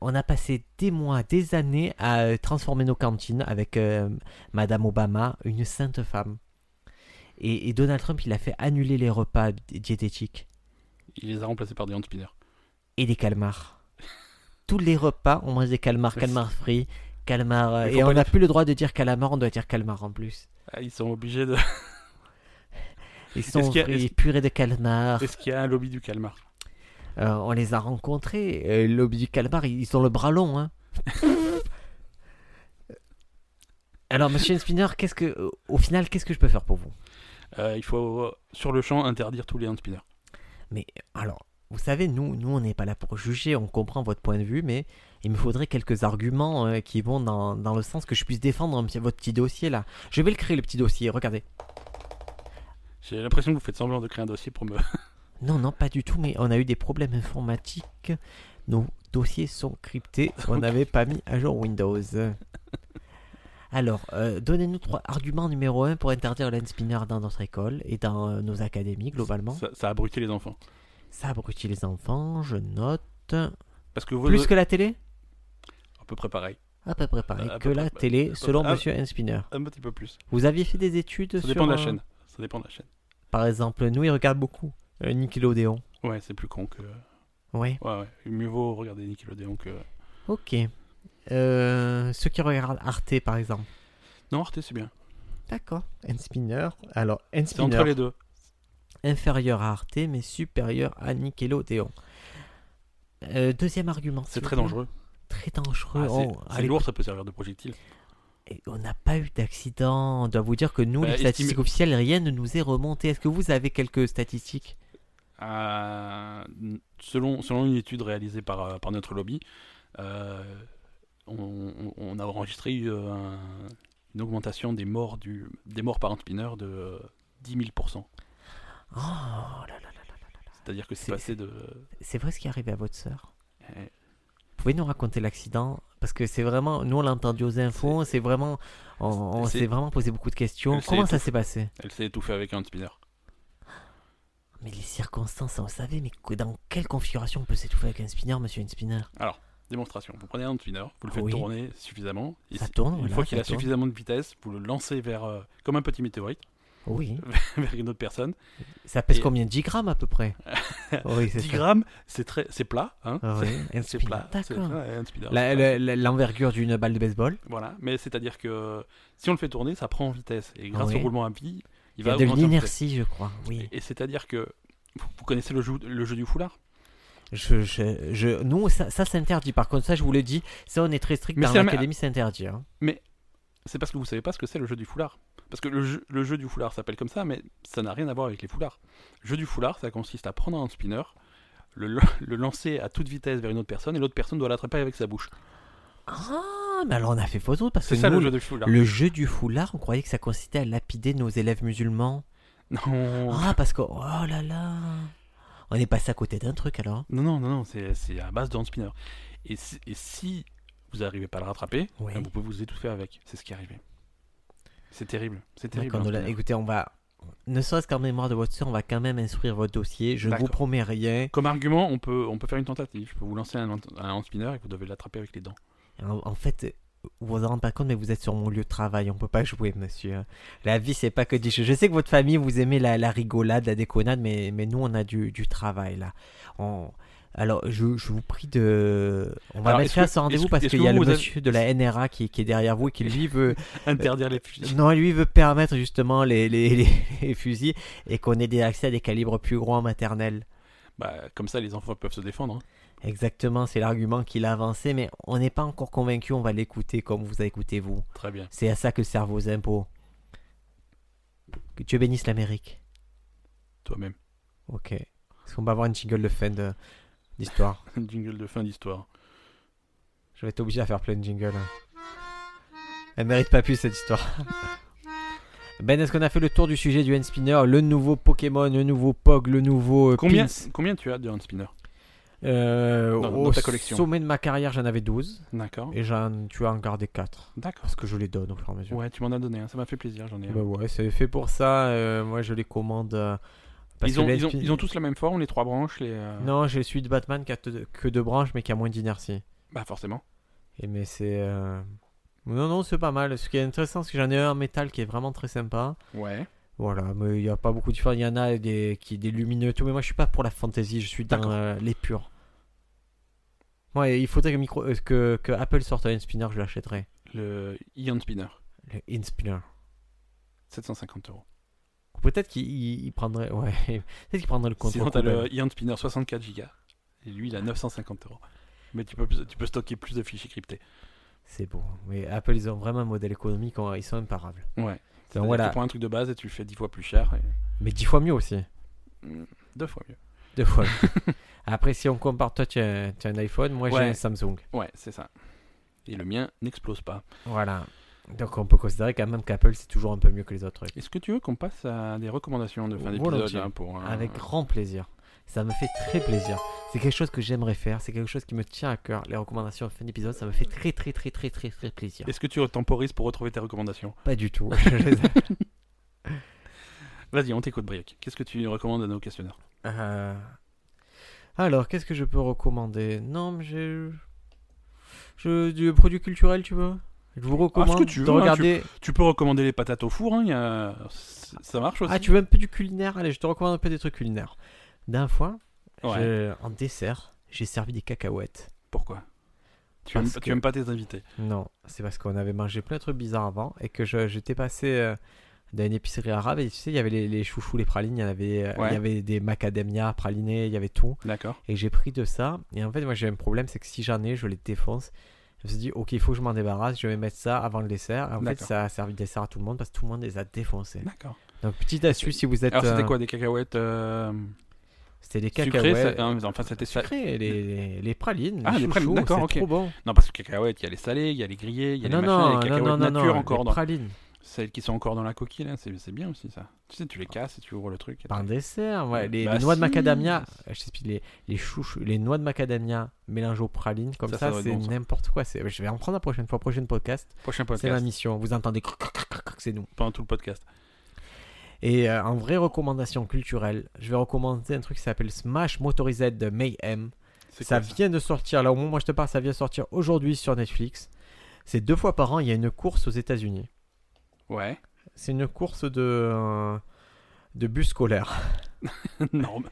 Speaker 1: on a passé des mois, des années à euh, transformer nos cantines avec euh, Madame Obama, une sainte femme. Et, et Donald Trump, il a fait annuler les repas di- diététiques
Speaker 2: Il les a remplacés par des hand spinners.
Speaker 1: et des calmars. Tous les repas, on mange des calmars,
Speaker 2: Mais
Speaker 1: calmars frits, calmars. euh,
Speaker 2: Mais faut
Speaker 1: Et
Speaker 2: pas
Speaker 1: on n'a
Speaker 2: les-
Speaker 1: plus le droit de dire calamar, on doit dire calmar en plus.
Speaker 2: Ah, ils sont obligés de.
Speaker 1: Ils sont
Speaker 2: qu'il y a-
Speaker 1: frits,
Speaker 2: est-ce-
Speaker 1: purée de calmar.
Speaker 2: Est-ce qu'il y a un lobby du calmar
Speaker 1: Euh, on les a rencontrés. Euh, le lobby du calmar, ils ils ont le bras long. Hein. Alors, monsieur Spinner, qu'est-ce que, euh, au final, qu'est-ce que je peux faire pour vous
Speaker 2: Euh, Il faut euh, sur le champ interdire tous les hand spinners.
Speaker 1: Alors, vous savez, nous, nous, on n'est pas là pour juger. On comprend votre point de vue, mais il me faudrait quelques arguments euh, qui vont dans, dans le sens que je puisse défendre un petit- votre petit dossier là. Je vais le créer, le petit dossier. Regardez.
Speaker 2: J'ai l'impression que vous faites semblant de créer un dossier pour me.
Speaker 1: Non, non, pas du tout. Mais on a eu des problèmes informatiques. Nos dossiers sont cryptés. On n'avait pas mis à jour Windows. Alors, euh, donnez-nous trois arguments numéro un pour interdire le hand spinner dans notre école et dans euh, nos académies globalement.
Speaker 2: ça, ça a abruti les enfants.
Speaker 1: Ça abrutit les enfants. Je note.
Speaker 2: Parce que vous.
Speaker 1: Plus que la télé
Speaker 2: À peu près pareil.
Speaker 1: À peu près pareil
Speaker 2: À peu
Speaker 1: que la
Speaker 2: près-
Speaker 1: télé,
Speaker 2: peu
Speaker 1: selon
Speaker 2: près-
Speaker 1: Monsieur Handspinner.
Speaker 2: Un petit peu plus.
Speaker 1: Vous aviez fait des études
Speaker 2: Ça
Speaker 1: sur...
Speaker 2: dépend de la
Speaker 1: euh,
Speaker 2: chaîne. Ça dépend de la chaîne.
Speaker 1: Par exemple, nous, il regarde beaucoup euh, Nickelodeon.
Speaker 2: Ouais, c'est plus con que.
Speaker 1: Ouais.
Speaker 2: Ouais, ouais. Mieux vaut regarder Nickelodeon que.
Speaker 1: Ok. Euh, ceux qui regardent Arte, par exemple.
Speaker 2: Non, Arte, c'est bien.
Speaker 1: D'accord. Handspinner. Alors,
Speaker 2: C'est entre
Speaker 1: Handspinner,
Speaker 2: les deux.
Speaker 1: inférieur à Arte, mais supérieur à Nickelodeon. Euh, deuxième argument.
Speaker 2: C'est
Speaker 1: s'il
Speaker 2: très
Speaker 1: vous plaît.
Speaker 2: dangereux.
Speaker 1: Très dangereux.
Speaker 2: Ah, c'est-
Speaker 1: Oh,
Speaker 2: c'est
Speaker 1: allez,
Speaker 2: lourd, ça peut servir de projectile.
Speaker 1: Et On n'a pas eu d'accident. On doit vous dire que nous,
Speaker 2: Bah,
Speaker 1: les
Speaker 2: estimez-
Speaker 1: statistiques officielles, rien ne nous est remonté. Est-ce que vous avez quelques statistiques
Speaker 2: Euh, selon, selon une étude réalisée par, euh, par notre lobby, euh, on, on- on a enregistré euh, un- une augmentation des morts, du, des morts par hand-spinner de euh, 10 000%.
Speaker 1: Oh là là là là.
Speaker 2: C'est-à-dire que
Speaker 1: C'est-
Speaker 2: c'est passé de...
Speaker 1: C'est vrai ce qui est arrivé à votre sœur
Speaker 2: euh,
Speaker 1: Vous pouvez nous raconter l'accident Parce que c'est vraiment, nous on l'a entendu aux infos, c'est vraiment, on, on
Speaker 2: c'est-
Speaker 1: s'est vraiment posé beaucoup de questions.
Speaker 2: Elle s'est
Speaker 1: Comment ça s'est passé
Speaker 2: Elle s'est étouffée avec un hand-spinner.
Speaker 1: Mais les circonstances, on le savait, mais que- dans quelle configuration on peut s'étouffer avec un spinner, monsieur un spinner
Speaker 2: Démonstration. Vous prenez un hand-spinner, vous le faites
Speaker 1: Oui.
Speaker 2: tourner suffisamment. Et
Speaker 1: Ça
Speaker 2: si-
Speaker 1: tourne,
Speaker 2: Une
Speaker 1: voilà,
Speaker 2: fois qu'il
Speaker 1: ça
Speaker 2: a
Speaker 1: tourne.
Speaker 2: suffisamment de vitesse, vous le lancez vers, euh, comme un petit météorite
Speaker 1: Oui.
Speaker 2: vers une autre personne.
Speaker 1: Ça pèse
Speaker 2: Et-
Speaker 1: combien 10 grammes à peu près Oui, c'est
Speaker 2: 10
Speaker 1: ça.
Speaker 2: grammes, c'est très, c'est plat, hein.
Speaker 1: Ah oui, un
Speaker 2: C'est
Speaker 1: spinner,
Speaker 2: plat. c'est-
Speaker 1: D'accord.
Speaker 2: ouais, un spinner,
Speaker 1: La-
Speaker 2: c'est
Speaker 1: la-
Speaker 2: plat.
Speaker 1: la- L'envergure d'une balle de baseball.
Speaker 2: Voilà, mais c'est-à-dire que si on le fait tourner, ça prend en vitesse. Et grâce
Speaker 1: Oui.
Speaker 2: au roulement à billes, il
Speaker 1: Il y
Speaker 2: va
Speaker 1: a de
Speaker 2: augmenter en vitesse.
Speaker 1: l'inertie, je crois. Oui.
Speaker 2: Et c'est-à-dire que vous, vous connaissez le jeu, le jeu du foulard
Speaker 1: Je, je, je... Nous, ça, ça c'est interdit. Par contre, ça, je vous le dis, ça, on est très strict.
Speaker 2: Mais
Speaker 1: dans
Speaker 2: c'est un-
Speaker 1: l'académie, c'est interdit. hein.
Speaker 2: C'est parce que vous savez pas ce que c'est le jeu du foulard. Parce que le jeu, le jeu du foulard s'appelle comme ça, mais ça n'a rien à voir avec les foulards. Le jeu du foulard, ça consiste à prendre un spinner, le, lan- le lancer à toute vitesse vers une autre personne, et l'autre personne doit l'attraper avec sa bouche.
Speaker 1: Ah, mais alors on a fait fausse route parce que
Speaker 2: C'est ça
Speaker 1: nous,
Speaker 2: le jeu du foulard.
Speaker 1: le jeu du foulard, on croyait que ça consistait à lapider nos élèves musulmans.
Speaker 2: Non.
Speaker 1: Ah, parce que. Oh là là On est passé à côté d'un truc alors.
Speaker 2: non, non, non, non, c'est c'est à base de hand spinner. Et si, et si vous n'arrivez pas à le rattraper, ben,
Speaker 1: Oui.
Speaker 2: vous pouvez vous étouffer avec. C'est ce qui est arrivé. C'est terrible. C'est terrible. hein,
Speaker 1: D'accord, nous,
Speaker 2: un
Speaker 1: là,
Speaker 2: spinner.
Speaker 1: écoutez, on va. Ne serait-ce qu'en mémoire de votre soeur, on va quand même instruire votre dossier. Je ne vous
Speaker 2: D'accord.
Speaker 1: promets rien.
Speaker 2: Comme argument, on peut, on peut faire une tentative. Je peux vous lancer un, hand- un hand spinner et vous devez l'attraper avec les dents.
Speaker 1: En, en fait. Vous vous en rendez pas compte, mais vous êtes sur mon lieu de travail. On peut pas jouer, monsieur. La vie, c'est pas que des jeux. Je sais que votre famille, vous aimez la, la rigolade, la déconnade, mais, mais nous, on a du, du travail, là. On- Alors, je, je vous prie de. On va
Speaker 2: Alors,
Speaker 1: mettre
Speaker 2: est-ce
Speaker 1: fin à
Speaker 2: que-
Speaker 1: ce rendez-vous
Speaker 2: est-ce que-
Speaker 1: parce
Speaker 2: est-ce
Speaker 1: qu'il
Speaker 2: que
Speaker 1: y a le
Speaker 2: vous avez-
Speaker 1: monsieur de la NRA qui, qui est derrière vous et qui, lui, veut.
Speaker 2: Interdire les fusils.
Speaker 1: non, lui, veut permettre justement les, les, les- les fusils et qu'on ait des accès à des calibres plus gros en maternelle.
Speaker 2: Bah, comme ça, les enfants peuvent se défendre. hein.
Speaker 1: Exactement, c'est l'argument qu'il a avancé, mais on n'est pas encore convaincu, on va l'écouter comme vous a écouté, vous.
Speaker 2: Très bien.
Speaker 1: C'est à ça que servent vos impôts. Que Dieu bénisse l'Amérique.
Speaker 2: Toi-même.
Speaker 1: Ok. Est-ce qu'on va avoir une jingle de fin de- d'histoire
Speaker 2: Jingle de fin d'histoire.
Speaker 1: Euh, Je vais être obligé à faire plein de jingles. hein. Elle mérite pas plus cette histoire. Ben, est-ce qu'on a fait le tour du sujet du hand spinner, le nouveau Pokémon, le nouveau Pog, le nouveau euh,
Speaker 2: Combien,
Speaker 1: Pins
Speaker 2: combien tu as de hand spinner
Speaker 1: Euh,
Speaker 2: dans-
Speaker 1: Au
Speaker 2: dans ta collection Oh.
Speaker 1: sommet de ma carrière, j'en avais 12
Speaker 2: D'accord.
Speaker 1: et j'en, tu as en gardé 4
Speaker 2: D'accord.
Speaker 1: parce que je les donne au fur et à mesure.
Speaker 2: Ouais, tu m'en as donné un, ça m'a fait plaisir, j'en ai un.
Speaker 1: Bah ouais, c'est fait pour ça. euh, moi, je les commande. euh, parce
Speaker 2: ils,
Speaker 1: que
Speaker 2: ont,
Speaker 1: le
Speaker 2: ils, ont,
Speaker 1: handspin-
Speaker 2: ils ont tous la même forme, les trois branches, les. euh,
Speaker 1: Non, je suis de Batman qui a te- que deux branches mais qui a moins d'inertie.
Speaker 2: Bah forcément.
Speaker 1: Et mais c'est. euh, Non, non, c'est pas mal. Ce qui est intéressant, c'est que j'en ai un en métal qui est vraiment très sympa.
Speaker 2: Ouais.
Speaker 1: Voilà, mais il n'y a pas beaucoup de différence. Il y en a des, qui, des lumineux et tout, mais moi je suis pas pour la fantasy, je suis dans
Speaker 2: D'accord.
Speaker 1: euh, les purs. Moi, il faudrait que, micro... euh, que, que Apple sorte un spinner, je l'achèterais.
Speaker 2: Le Ion Spinner,
Speaker 1: Le Inspinner.
Speaker 2: 750 euros.
Speaker 1: Peut-être qu'il il- il prendrait. Ouais, peut-être qu'il prendrait le contre.
Speaker 2: Sinon, t'as le Ion Spinner 64 Go. Et lui, il a 950 euros. Mais tu peux, plus- tu peux stocker plus de fichiers cryptés.
Speaker 1: C'est bon. Mais Apple, ils ont vraiment un modèle économique, on- ils sont imparables.
Speaker 2: Ouais.
Speaker 1: Donc
Speaker 2: C'est-à-dire que
Speaker 1: Ben voilà.
Speaker 2: Tu prends un truc de base et tu le fais 10 fois plus cher. Et...
Speaker 1: Mais dix fois mieux aussi.
Speaker 2: Mm, Deux fois mieux.
Speaker 1: Deux fois mieux. Après, si on compare, toi, tu as, tu as un iPhone, moi,
Speaker 2: Ouais.
Speaker 1: j'ai un Samsung.
Speaker 2: Ouais, c'est ça. Et le mien n'explose pas.
Speaker 1: Voilà. Donc, on peut considérer quand même qu'Apple, c'est toujours un peu mieux que les autres trucs.
Speaker 2: Est-ce que tu veux qu'on passe à des recommandations de fin
Speaker 1: Volontiers.
Speaker 2: d'épisode hein, pour, euh,
Speaker 1: Avec grand plaisir. Ça me fait très plaisir. C'est quelque chose que j'aimerais faire. C'est quelque chose qui me tient à cœur. Les recommandations en fin d'épisode, ça me fait très, très, très, très, très, très plaisir.
Speaker 2: Est-ce que tu temporises pour retrouver tes recommandations
Speaker 1: Pas du tout. Je les ai-
Speaker 2: Vas-y, on t'écoute, Brioc. Qu'est-ce que tu recommandes à nos questionnaires
Speaker 1: Euh, Alors, qu'est-ce que je peux recommander Non, mais j'ai. Je... Du produit culturel, tu veux Je vous recommande
Speaker 2: que tu
Speaker 1: de
Speaker 2: veux, hein,
Speaker 1: regarder.
Speaker 2: Tu peux recommander les patates au four, hein, il y a- c- ça marche aussi.
Speaker 1: Ah, tu veux un peu du culinaire Allez, je te recommande un peu des trucs culinaires. D'un fois,
Speaker 2: Ouais.
Speaker 1: je- en dessert, j'ai servi des cacahuètes.
Speaker 2: Pourquoi tu aimes,
Speaker 1: Parce
Speaker 2: tu
Speaker 1: que-
Speaker 2: aimes pas tes invités.
Speaker 1: Non, c'est parce qu'on avait mangé plein de trucs bizarres avant et que je- j'étais passé euh, dans une épicerie arabe et tu sais, il y avait les, les chouchous, les pralines, il y, en avait, euh,
Speaker 2: Ouais.
Speaker 1: il y avait des macadamia pralinés, il y avait tout.
Speaker 2: D'accord.
Speaker 1: Et j'ai pris de ça. Et en fait, moi, j'ai un problème, c'est que si j'en ai, je les défonce. Je me suis dit, ok, il faut que je m'en débarrasse, je vais mettre ça avant le dessert. Et en fait,
Speaker 2: D'accord.
Speaker 1: ça a servi de dessert à tout le monde parce que tout le monde les a défoncés.
Speaker 2: D'accord.
Speaker 1: Donc, petite astuce, si vous êtes.
Speaker 2: Alors c'était
Speaker 1: euh,
Speaker 2: quoi des cacahuètes euh,
Speaker 1: C'était des
Speaker 2: sucrées
Speaker 1: cacahuètes.
Speaker 2: ça- hein, Enfin c'était sucré.
Speaker 1: sucré, les, les, les pralines.
Speaker 2: Ah,
Speaker 1: les
Speaker 2: les pralines,
Speaker 1: chouchous,
Speaker 2: d'accord,
Speaker 1: c'est trop
Speaker 2: ok.
Speaker 1: bon.
Speaker 2: Non parce que cacahuètes, il y a les salées, il y a les grillées, il y a
Speaker 1: non,
Speaker 2: les
Speaker 1: non,
Speaker 2: machins, il y a les
Speaker 1: non, non,
Speaker 2: cacahuètes
Speaker 1: non,
Speaker 2: nature
Speaker 1: non,
Speaker 2: encore.
Speaker 1: les
Speaker 2: dans-
Speaker 1: pralines.
Speaker 2: Celles qui sont encore dans la coquille, là, c'est c'est bien aussi ça. Tu sais, tu
Speaker 1: Ah.
Speaker 2: les casses et tu ouvres le truc. et
Speaker 1: Pas un dessert, ouais. Les,
Speaker 2: Bah
Speaker 1: les noix de
Speaker 2: si.
Speaker 1: macadamia, euh, je t'explique, les, les chouchous, les noix de macadamia mélangées aux pralines, comme ça,
Speaker 2: Ça, ça doit être
Speaker 1: c'est
Speaker 2: bon, ça.
Speaker 1: n'importe quoi. C'est- Je vais en prendre la prochaine fois, prochaine podcast.
Speaker 2: Prochain
Speaker 1: C'est ma
Speaker 2: podcast.
Speaker 1: mission. Vous entendez, croc, croc, croc, croc, c'est nous.
Speaker 2: Pendant tout le podcast.
Speaker 1: Et euh, en vraie recommandation culturelle, je vais recommander un truc qui s'appelle Smash Motorized de Mayhem.
Speaker 2: C'est
Speaker 1: Ça
Speaker 2: quoi,
Speaker 1: vient de sortir, là au moment où moi je te parle, ça vient de sortir aujourd'hui sur Netflix. C'est deux fois par an, il y a une course aux États-Unis.
Speaker 2: Ouais.
Speaker 1: C'est une course de, euh, de bus scolaire.
Speaker 2: non. mais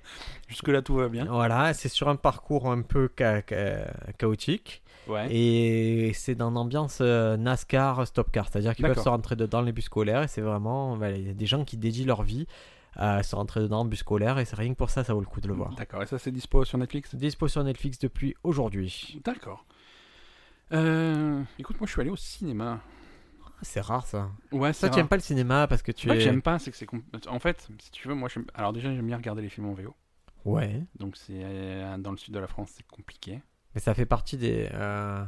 Speaker 2: Jusque-là, tout va bien.
Speaker 1: Voilà, c'est sur un parcours un peu cha- cha- chaotique.
Speaker 2: Ouais.
Speaker 1: Et c'est dans l'ambiance euh, NASCAR Stop Car, c'est-à-dire qu'ils peuvent
Speaker 2: D'accord.
Speaker 1: se rentrer dedans les bus scolaires et c'est vraiment. voilà, Il y a des gens qui dédient leur vie à se rentrer dedans bus scolaire et c'est rien que pour ça, ça vaut le coup de le voir.
Speaker 2: D'accord. Et ça, c'est dispo sur Netflix
Speaker 1: Dispo sur Netflix depuis aujourd'hui.
Speaker 2: D'accord. Euh, écoute, moi, je suis allé au cinéma.
Speaker 1: C'est rare ça.
Speaker 2: Ouais,
Speaker 1: Ça,
Speaker 2: c'est
Speaker 1: tu
Speaker 2: rare.
Speaker 1: aimes pas le cinéma parce que
Speaker 2: C'est
Speaker 1: tu
Speaker 2: pas que
Speaker 1: es.
Speaker 2: j'aime pas, c'est que c'est. compl- En fait, si tu veux, moi, j'aime- alors déjà, j'aime bien regarder les films en VO.
Speaker 1: Ouais.
Speaker 2: Donc, c'est euh, dans le sud de la France, c'est compliqué.
Speaker 1: Mais ça fait partie des. euh,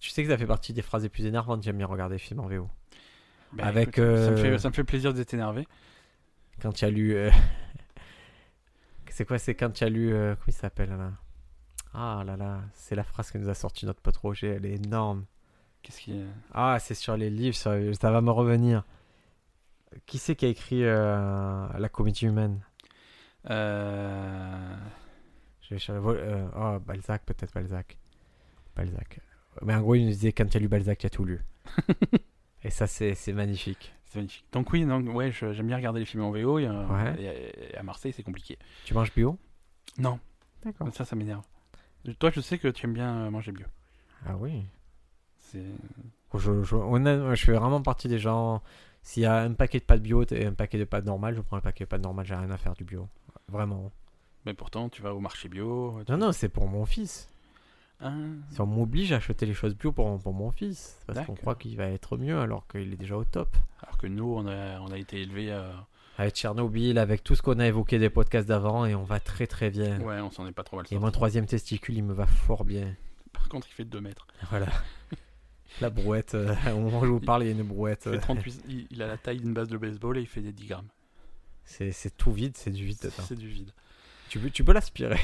Speaker 1: Tu sais que ça fait partie des phrases les plus énervantes. J'aime bien regarder les films en VO.
Speaker 2: Bah,
Speaker 1: Avec,
Speaker 2: écoute, ça, me
Speaker 1: euh,
Speaker 2: fait, ça me fait plaisir d'être énervé.
Speaker 1: Quand tu as lu. euh, c'est quoi C'est quand tu as lu. euh, Comment il s'appelle là Ah là là, c'est la phrase que nous a sorti notre pote Roger. Elle est énorme.
Speaker 2: Qu'est-ce qui. est-
Speaker 1: Ah, c'est sur les livres. sur- Ça va me revenir. Qui c'est qui a écrit euh, La comédie humaine
Speaker 2: Euh...
Speaker 1: Je vais chercher- euh, oh, Balzac, peut-être Balzac. Balzac. Mais en gros, il nous disait quand tu as lu Balzac, tu as tout lu. Et ça, c'est c'est magnifique.
Speaker 2: C'est magnifique. Donc oui, non, ouais, je- j'aime bien regarder les films en VO. Et, euh,
Speaker 1: Ouais.
Speaker 2: et- et à Marseille, c'est compliqué.
Speaker 1: Tu manges bio
Speaker 2: Non,
Speaker 1: D'accord.
Speaker 2: ça, ça m'énerve. Toi, je sais que tu aimes bien euh, manger bio.
Speaker 1: Ah oui.
Speaker 2: C'est
Speaker 1: Je, je, honnêtement, je fais vraiment partie des gens. S'il y a un paquet de pâtes bio et un paquet de pâtes normales, je prends le paquet de pâtes normales, j'ai rien à faire du bio. Vraiment.
Speaker 2: Mais pourtant, tu vas au marché bio. tu-
Speaker 1: Non, non, c'est pour mon fils. Ah.
Speaker 2: Hein
Speaker 1: Si on m'oblige à acheter les choses bio pour, pour mon fils, parce qu'on
Speaker 2: D'accord.
Speaker 1: croit qu'il va être mieux alors qu'il est déjà au top.
Speaker 2: Alors que nous, on a, on a été élevés. euh,
Speaker 1: Avec Tchernobyl, avec tout ce qu'on a évoqué des podcasts d'avant, et on va très très bien.
Speaker 2: Ouais, on s'en est pas trop mal
Speaker 1: Et
Speaker 2: sortis.
Speaker 1: mon troisième testicule, il me va fort bien.
Speaker 2: Par contre, il fait 2 mètres.
Speaker 1: Voilà. La brouette, euh, au moment où je vous parle, il y a une brouette.
Speaker 2: Il, fait
Speaker 1: euh,
Speaker 2: 38 il- il a la taille d'une base de baseball et il fait des 10 grammes.
Speaker 1: C'est c'est tout vide, c'est du vide dedans.
Speaker 2: C'est du vide.
Speaker 1: Tu peux, tu peux l'aspirer.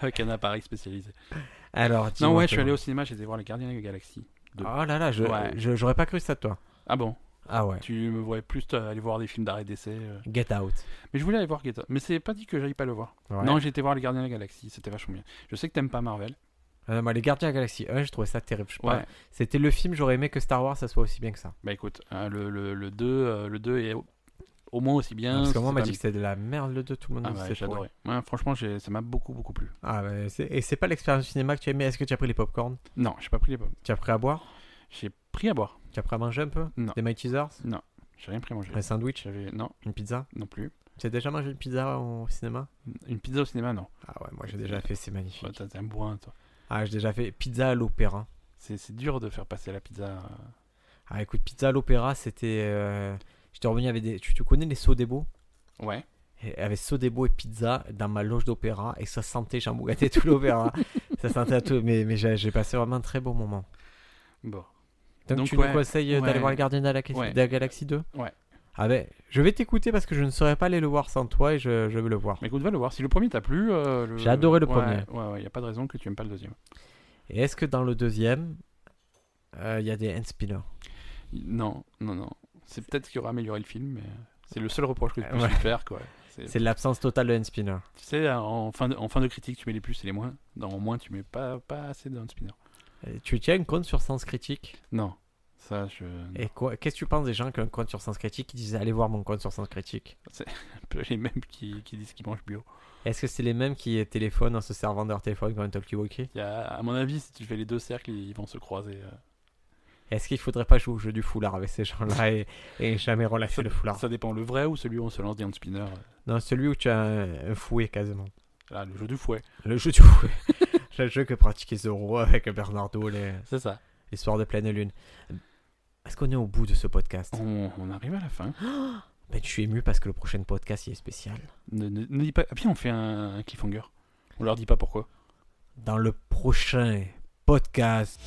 Speaker 2: Avec un appareil spécialisé.
Speaker 1: Alors,
Speaker 2: Non,
Speaker 1: dis-moi,
Speaker 2: ouais, je suis
Speaker 1: Thomas.
Speaker 2: allé au cinéma, j'étais voir les Gardiens de la Galaxie. deux.
Speaker 1: Oh là là, je-
Speaker 2: Ouais.
Speaker 1: je- j'aurais pas cru ça de toi.
Speaker 2: Ah bon
Speaker 1: Ah ouais.
Speaker 2: Tu me voyais plus toi, aller voir des films d'arrêt d'essai. euh.
Speaker 1: Get out.
Speaker 2: Mais je voulais aller voir Get Out. Mais c'est pas dit que j'aille pas le voir.
Speaker 1: Ouais.
Speaker 2: Non, j'ai été voir les Gardiens de la Galaxie, c'était vachement bien. Je sais que t'aimes pas Marvel.
Speaker 1: Euh, moi, les Gardiens de la Galaxie 1, je trouvais ça terrible. Je sais pas.
Speaker 2: Ouais.
Speaker 1: C'était le film, j'aurais aimé que Star Wars, ça soit aussi bien que ça.
Speaker 2: Bah écoute, hein, le, le, le 2 euh, le 2 est au, au moins aussi bien.
Speaker 1: Parce que
Speaker 2: si
Speaker 1: moi, on
Speaker 2: c'est
Speaker 1: m'a
Speaker 2: pas
Speaker 1: dit
Speaker 2: mi-
Speaker 1: que c'était de la merde, le 2, tout le monde
Speaker 2: Ah
Speaker 1: me dit que
Speaker 2: ouais,
Speaker 1: c'est trop.
Speaker 2: j'adorais. Ouais, franchement, j'ai- ça m'a beaucoup, beaucoup plu.
Speaker 1: Ah, mais c'est- et c'est pas l'expérience du cinéma que tu as aimé. Est-ce que tu as pris les popcorn
Speaker 2: Non, j'ai pas pris les pommes.
Speaker 1: Tu as pris à boire
Speaker 2: J'ai pris à boire.
Speaker 1: Tu as pris à manger un peu
Speaker 2: Non.
Speaker 1: Des Mighty Zars
Speaker 2: J'ai rien pris à manger.
Speaker 1: Un sandwich
Speaker 2: J'avais. Non,
Speaker 1: Une pizza
Speaker 2: non plus.
Speaker 1: Tu as déjà mangé une pizza au cinéma
Speaker 2: Une pizza au cinéma, non.
Speaker 1: Ah ouais, moi j'ai déjà fait, c'est magnifique.
Speaker 2: Ouais, T'as t'es un bourrin, toi.
Speaker 1: Ah, j'ai déjà fait pizza à l'opéra.
Speaker 2: C'est c'est dur de faire passer la pizza. euh,
Speaker 1: Ah écoute, pizza à l'opéra, c'était... euh, J'étais revenu avec des... Tu, tu connais les Sodebo
Speaker 2: Ouais.
Speaker 1: Et- Eh, Avec Sodebo et pizza dans ma loge d'opéra et ça sentait jambon gâté tout l'opéra. ça sentait à tout, mais, mais j'ai j'ai passé vraiment un très bon moment.
Speaker 2: Bon.
Speaker 1: Donc,
Speaker 2: Donc,
Speaker 1: tu
Speaker 2: ouais,
Speaker 1: nous conseilles euh, d'aller
Speaker 2: ouais.
Speaker 1: voir le Gardien de la, Galaxie-
Speaker 2: Ouais.
Speaker 1: de la Galaxie 2
Speaker 2: Ouais.
Speaker 1: Ah ben, je vais t'écouter parce que je ne saurais pas aller le voir sans toi et je, je veux le voir.
Speaker 2: Mais écoute, va le voir. Si le premier t'a plu. euh, le-
Speaker 1: J'ai adoré le
Speaker 2: Ouais,
Speaker 1: premier.
Speaker 2: Ouais, ouais, y a pas de raison que tu aimes pas le deuxième.
Speaker 1: Et est-ce que dans le deuxième, euh, il y a des hand spinners
Speaker 2: Non, non, non. C'est peut-être ce qui aura amélioré le film, mais euh, c'est le seul reproche que tu
Speaker 1: Ouais.
Speaker 2: peux lui faire, quoi. C'est-
Speaker 1: C'est l'absence totale de hand spinner.
Speaker 2: Tu sais, en fin, de, en fin de critique, tu mets les plus et les moins. Dans au moins, tu mets pas, pas assez de spinner.
Speaker 1: Euh, Tu tiens un compte sur Sens Critique
Speaker 2: Non, ça, je.
Speaker 1: Et quoi- qu'est-ce que tu penses des gens qui ont un compte sur Sens Critique qui disent allez voir mon compte sur Sens Critique
Speaker 2: Les mêmes qui, qui disent qu'ils mangent bio.
Speaker 1: Est-ce que c'est les mêmes qui téléphonent en se servant de leur téléphone comme un talkie-walkie
Speaker 2: Il y a- à mon avis, si tu fais les deux cercles, ils vont se croiser. euh.
Speaker 1: Est-ce qu'il faudrait pas jouer au jeu du foulard avec ces gens-là et, et jamais relâcher le foulard
Speaker 2: Ça dépend le vrai ou celui où on se lance des spinner. euh,
Speaker 1: Non, celui où tu as un, un fouet quasiment.
Speaker 2: Là, le jeu du fouet.
Speaker 1: Le jeu du fouet. le jeu que pratiquait Zoro avec Bernardo, les,
Speaker 2: C'est ça.
Speaker 1: les soirs de pleine lune. Est-ce qu'on est au bout de ce podcast
Speaker 2: On, on arrive à la fin.
Speaker 1: ben, Je suis ému parce que le prochain podcast il est spécial.
Speaker 2: Ne, ne- ne dis pas. Ah, puis on fait un, un cliffhanger. On leur dit pas pourquoi.
Speaker 1: Dans le prochain podcast.